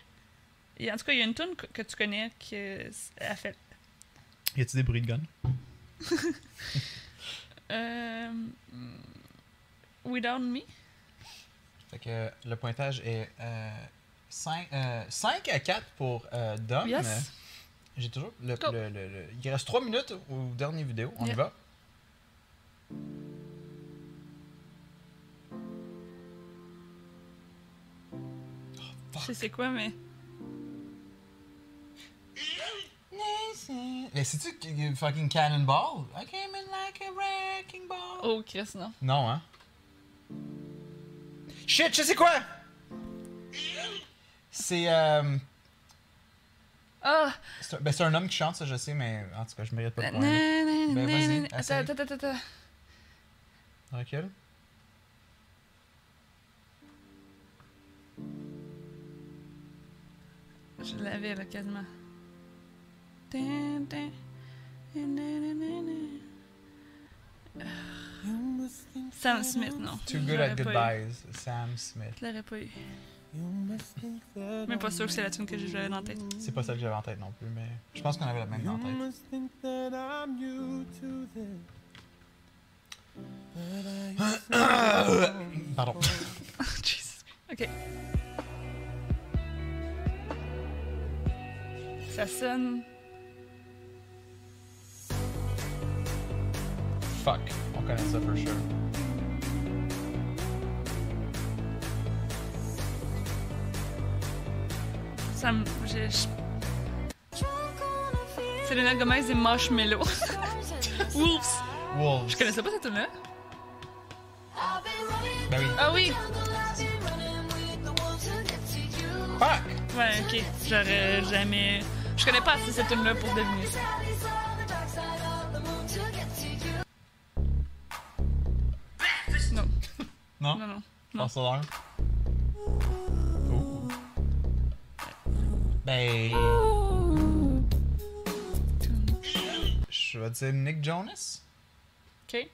Speaker 2: Et en tout cas, il y a une toune que que tu connais qui euh, a fait.
Speaker 1: Y a-tu des bruits de gun?
Speaker 2: Euh, hmm, Without Me?
Speaker 1: Fait que le pointage est euh, 5, à 4 pour euh, Dom.
Speaker 2: Yes.
Speaker 1: J'ai toujours. le-
Speaker 2: Go.
Speaker 1: le- le- le- il reste 3 minutes aux dernières vidéos. On
Speaker 2: Yeah.
Speaker 1: y va.
Speaker 2: sais c'est quoi, mais.
Speaker 1: Mais c'est-tu que- euh, fucking Cannonball? I came in like a wrecking ball.
Speaker 2: Oh, Chris, non.
Speaker 1: Non, hein? Shit, je sais quoi! C'est. Euh,
Speaker 2: Ah!
Speaker 1: c'est un- ben, c'est un homme qui chante, ça, je sais, mais en tout cas, je mérite pas
Speaker 2: Na-
Speaker 1: de point.
Speaker 2: na- na-
Speaker 1: Ben, vas-y,
Speaker 2: na- na- Attends,
Speaker 1: essaye.
Speaker 2: attends, attends, attends.
Speaker 1: Recule.
Speaker 2: Je l'avais, là, quasiment. Dun, dun. Na- na- na- na- na. Ah. Sam Smith, non.
Speaker 1: Too good
Speaker 2: J'aurais
Speaker 1: at
Speaker 2: pas eu.
Speaker 1: goodbyes, Sam Smith.
Speaker 2: Je l'aurais pas eu. Même pas sûr que c'est la tune que j'ai jouée dans la tête.
Speaker 1: C'est pas ça que j'avais en tête non plus, mais je pense qu'on avait la même en tête. Pardon.
Speaker 2: Oh, Jesus. Ok. Ça sonne.
Speaker 1: Fuck, on connaît ça for sure.
Speaker 2: Ça me. je- je- Selena Gomez et Marshmello. Oups!
Speaker 1: Wolves.
Speaker 2: Je connaissais pas cette tune-là.
Speaker 1: Ben oui.
Speaker 2: Ah oui! Ah!
Speaker 1: Fuck!
Speaker 2: Ouais, ok. J'aurais jamais. Je connais pas assez cette tune-là pour deviner ça. Non,
Speaker 1: Non?
Speaker 2: non, non.
Speaker 1: Pense à l'heure. Ouh. Ben. Je vais dire Nick Jonas.
Speaker 2: Ok.
Speaker 1: Elle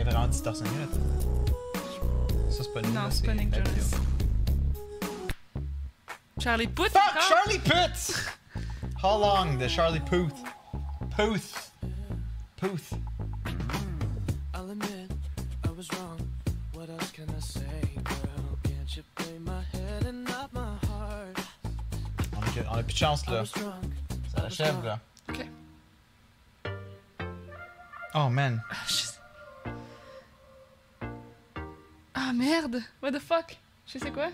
Speaker 1: est vraiment distorsionnée là. Ça c'est pas nous.
Speaker 2: Non,
Speaker 1: là,
Speaker 2: c'est pas Nick
Speaker 1: la
Speaker 2: Jonas.
Speaker 1: vidéo.
Speaker 2: Charlie Puth!
Speaker 1: Fuck!
Speaker 2: encore?
Speaker 1: Charlie Puth! How long de Charlie Puth? Puth! Puth!
Speaker 7: I'll admit I was wrong. What else can I say, girl? Can't you blame my head and not my heart?
Speaker 1: On a, on a plus de chance
Speaker 7: I
Speaker 1: là.
Speaker 7: was drunk.
Speaker 1: Ça l'achève là.
Speaker 2: Ok.
Speaker 1: Oh man.
Speaker 2: Ah, je- Ah merde! What the fuck? Je sais quoi?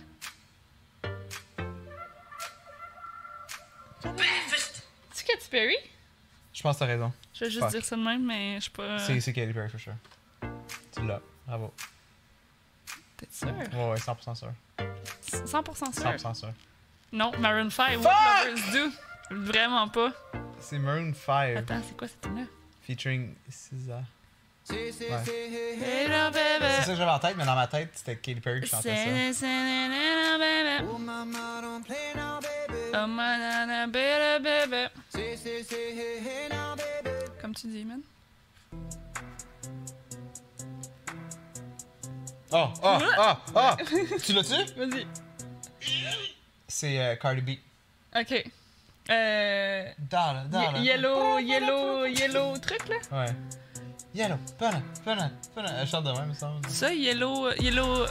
Speaker 2: C'est Katy Perry?
Speaker 1: Je pense que t'as raison.
Speaker 2: Je vais juste
Speaker 1: Fuck.
Speaker 2: dire ça de même, mais je suis pas.
Speaker 1: C'est c'est Katy Perry for sure. Tu l'as. Bravo.
Speaker 2: T'es sûr?
Speaker 1: Ouais, ouais, 100% sûr.
Speaker 2: 100% sûr?
Speaker 1: 100% sûr.
Speaker 2: Non, Maroon 5,
Speaker 1: Fuck!
Speaker 2: What Lovers Do. Vraiment pas.
Speaker 1: C'est Maroon 5
Speaker 2: Attends, c'est quoi cette tune-là?
Speaker 1: featuring SZA. Ouais. C'est
Speaker 2: Hello,
Speaker 1: ça
Speaker 2: baby.
Speaker 1: que j'avais en tête, mais dans ma tête, c'était Katy Perry qui
Speaker 2: C'est-
Speaker 1: chantait
Speaker 2: c'est- hello, baby.
Speaker 5: Oh, mama, don't play now, baby.
Speaker 2: Oh, my, na, na, baby, baby.
Speaker 5: Say, say, say, hey, hey, now, baby.
Speaker 2: Comme tu dis, man.
Speaker 1: ça. Oh, oh, oh, oh! tu l'as-tu?
Speaker 2: Vas-y.
Speaker 1: C'est euh, Cardi B.
Speaker 2: Ok. Euh.
Speaker 1: Dollar, dollar.
Speaker 2: ye- Yellow, yellow, yellow truc là?
Speaker 1: Ouais. Yellow, banana, banana, banana. Elle chante de même, il me semble.
Speaker 2: Ça, yellow, yellow.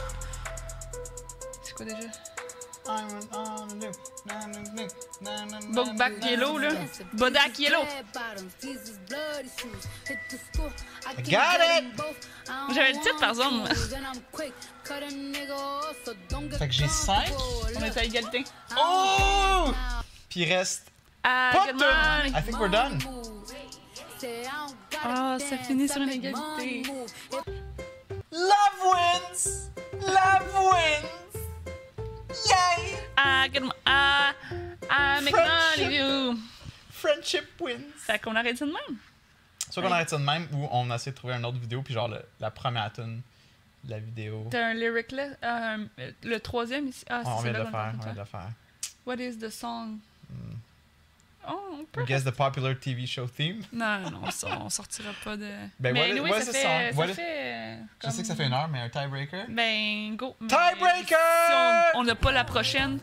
Speaker 2: C'est quoi déjà? Bug back yellow là? Bodak yellow!
Speaker 4: I
Speaker 1: got it!
Speaker 2: J'avais le titre, par exemple, moi.
Speaker 4: Fait que j'ai 5.
Speaker 2: On est à égalité.
Speaker 1: Oh! Puis reste.
Speaker 2: Ah,
Speaker 1: Pas
Speaker 2: good
Speaker 1: de-
Speaker 2: morning.
Speaker 1: I think we're done.
Speaker 4: Ah, ça finit sur une
Speaker 2: égalité.
Speaker 4: égalité.
Speaker 1: Love wins! Love wins! Yay!
Speaker 2: Ah, good mo- Ah, I make money
Speaker 1: Friendship.
Speaker 2: you.
Speaker 1: Friendship wins!
Speaker 2: Fait qu'on arrête ça de même.
Speaker 1: Soit qu'on arrête ça de même ou on essaie de trouver une autre vidéo, puis genre le- la première tune de la vidéo.
Speaker 2: T'as un lyric là, euh, le troisième ici. Ah,
Speaker 1: on
Speaker 2: c'est
Speaker 1: vient de
Speaker 2: là
Speaker 1: le
Speaker 2: qu'on
Speaker 1: faire,
Speaker 2: parle
Speaker 1: on vient de
Speaker 2: tout
Speaker 1: le Hmm.
Speaker 2: le
Speaker 1: faire.
Speaker 2: temps. What is the song? Oh, on peut.
Speaker 1: Guess the popular TV show theme.
Speaker 2: Non, non, on, sort- on sortira pas de.
Speaker 1: Ben,
Speaker 2: mais
Speaker 1: what-
Speaker 2: anyway,
Speaker 1: what's
Speaker 2: ça
Speaker 1: the
Speaker 2: fait.
Speaker 1: song?
Speaker 2: Ça
Speaker 1: What-
Speaker 2: fait euh,
Speaker 1: Je sais que ça
Speaker 2: comme-
Speaker 1: fait une heure, mais un tiebreaker.
Speaker 2: Ben, go. Mais
Speaker 1: Tiebreaker!
Speaker 2: si on on n'a pas la prochaine.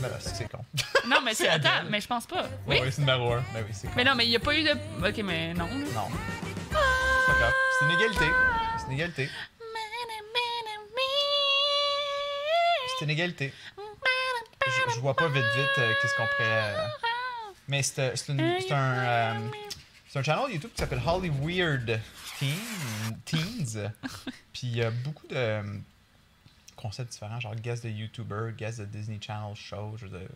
Speaker 1: Ben là, c'est c'est con.
Speaker 2: Non, mais c'est.
Speaker 1: C'est Adele.
Speaker 2: Attends, mais je pense pas. Oui?
Speaker 1: Ouais, ouais, c'est numéro 1. Ben oui, c'est con.
Speaker 2: Mais non, mais il n'y a pas eu de. Ok, mais non. là.
Speaker 1: Non. Fuck off. C'est une égalité. C'est une égalité. C'est une égalité. Je, je vois pas vite vite euh, qu'est-ce qu'on pourrait. euh, Mais c'est euh, c'est une- c'est un. euh, C'est un channel YouTube qui s'appelle Holly Weird Teen- Teens. Puis il y a beaucoup de. euh, concepts différents, genre guest de YouTuber, guest de Disney Channel show. Je veux dire.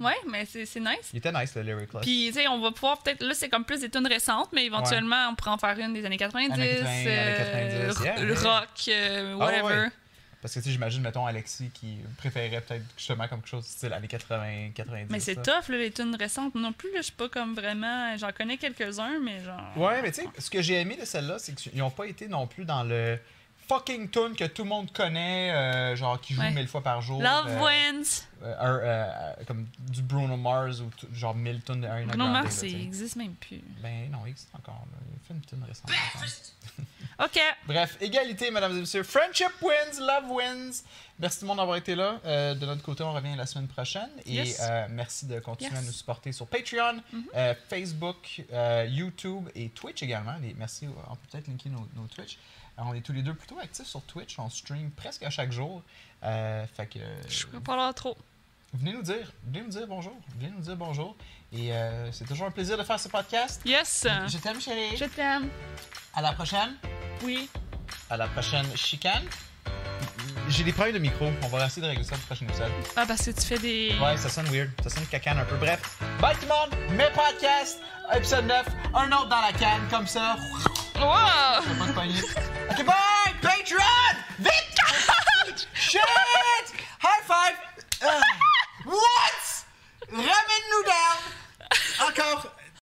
Speaker 2: Ouais, mais c'est c'est nice.
Speaker 1: Il était nice le Lyric List.
Speaker 2: Puis, tu sais, on va pouvoir peut-être. Là, c'est comme plus des tunes récentes, mais éventuellement, on pourra en faire une des années 90,
Speaker 1: Années 80,
Speaker 2: euh,
Speaker 1: années 90, yeah,
Speaker 2: le
Speaker 1: yeah.
Speaker 2: rock, euh,
Speaker 1: Ah ouais,
Speaker 2: whatever.
Speaker 1: ouais. Parce que tu sais, j'imagine, mettons, Alexis qui préférait peut-être justement comme quelque chose du style années 80, 90.
Speaker 2: Mais c'est
Speaker 1: là.
Speaker 2: tough, là, les tunes récentes. Non plus, là, je suis pas comme vraiment. J'en connais quelques-uns, mais genre.
Speaker 1: Ouais, mais tu sais, ce que j'ai aimé de celle-là, c'est qu'ils n'ont pas été non plus dans le fucking tune que tout le monde connaît, euh, genre qui joue
Speaker 2: Ouais.
Speaker 1: mille fois par jour.
Speaker 2: Love
Speaker 1: euh,
Speaker 2: Wins!
Speaker 1: euh, euh, euh, comme du Bruno Mars ou tout- genre mille tunes de Ariana
Speaker 2: Bruno
Speaker 1: Grande,
Speaker 2: Mars,
Speaker 1: là, tu sais.
Speaker 2: il existe même plus.
Speaker 1: Ben non, il existe encore. Là. Il fait une tune récente. encore.
Speaker 2: Ok,
Speaker 1: Bref, égalité, mesdames et messieurs. Friendship wins, love wins. Merci tout le monde d'avoir été là. Euh, de notre côté, on revient la semaine prochaine. Et
Speaker 2: Yes.
Speaker 1: euh, merci de continuer
Speaker 2: Yes. Mhm.
Speaker 1: à nous supporter sur Patreon, euh, Facebook, euh, YouTube et Twitch également. Les- merci, on peut peut-être linker nos, nos Twitch. Alors, on est tous les deux plutôt actifs sur Twitch. On stream presque à chaque jour. Euh, fait que, euh,
Speaker 2: je peux pas l'air trop.
Speaker 1: venez nous dire, venez nous dire bonjour. Venez nous dire bonjour. Et euh, c'est toujours un plaisir de faire ce podcast.
Speaker 2: Yes!
Speaker 1: Je t'aime, chérie.
Speaker 2: Hein? Je t'aime.
Speaker 1: À la prochaine.
Speaker 2: Oui.
Speaker 1: à la prochaine chicane. J'ai des problèmes de micro. On va essayer de régler ça pour le prochain épisode.
Speaker 2: Ah, parce que tu fais des.
Speaker 1: Ouais, ça sonne weird. Ça sonne cacane un peu. Bref, bye tout le monde. Mes podcasts, épisode 9. Un autre dans la canne, comme ça.
Speaker 2: Wow!
Speaker 1: Pas de poignée. Ok, bye! Patreon! Vite! Shit! Euh.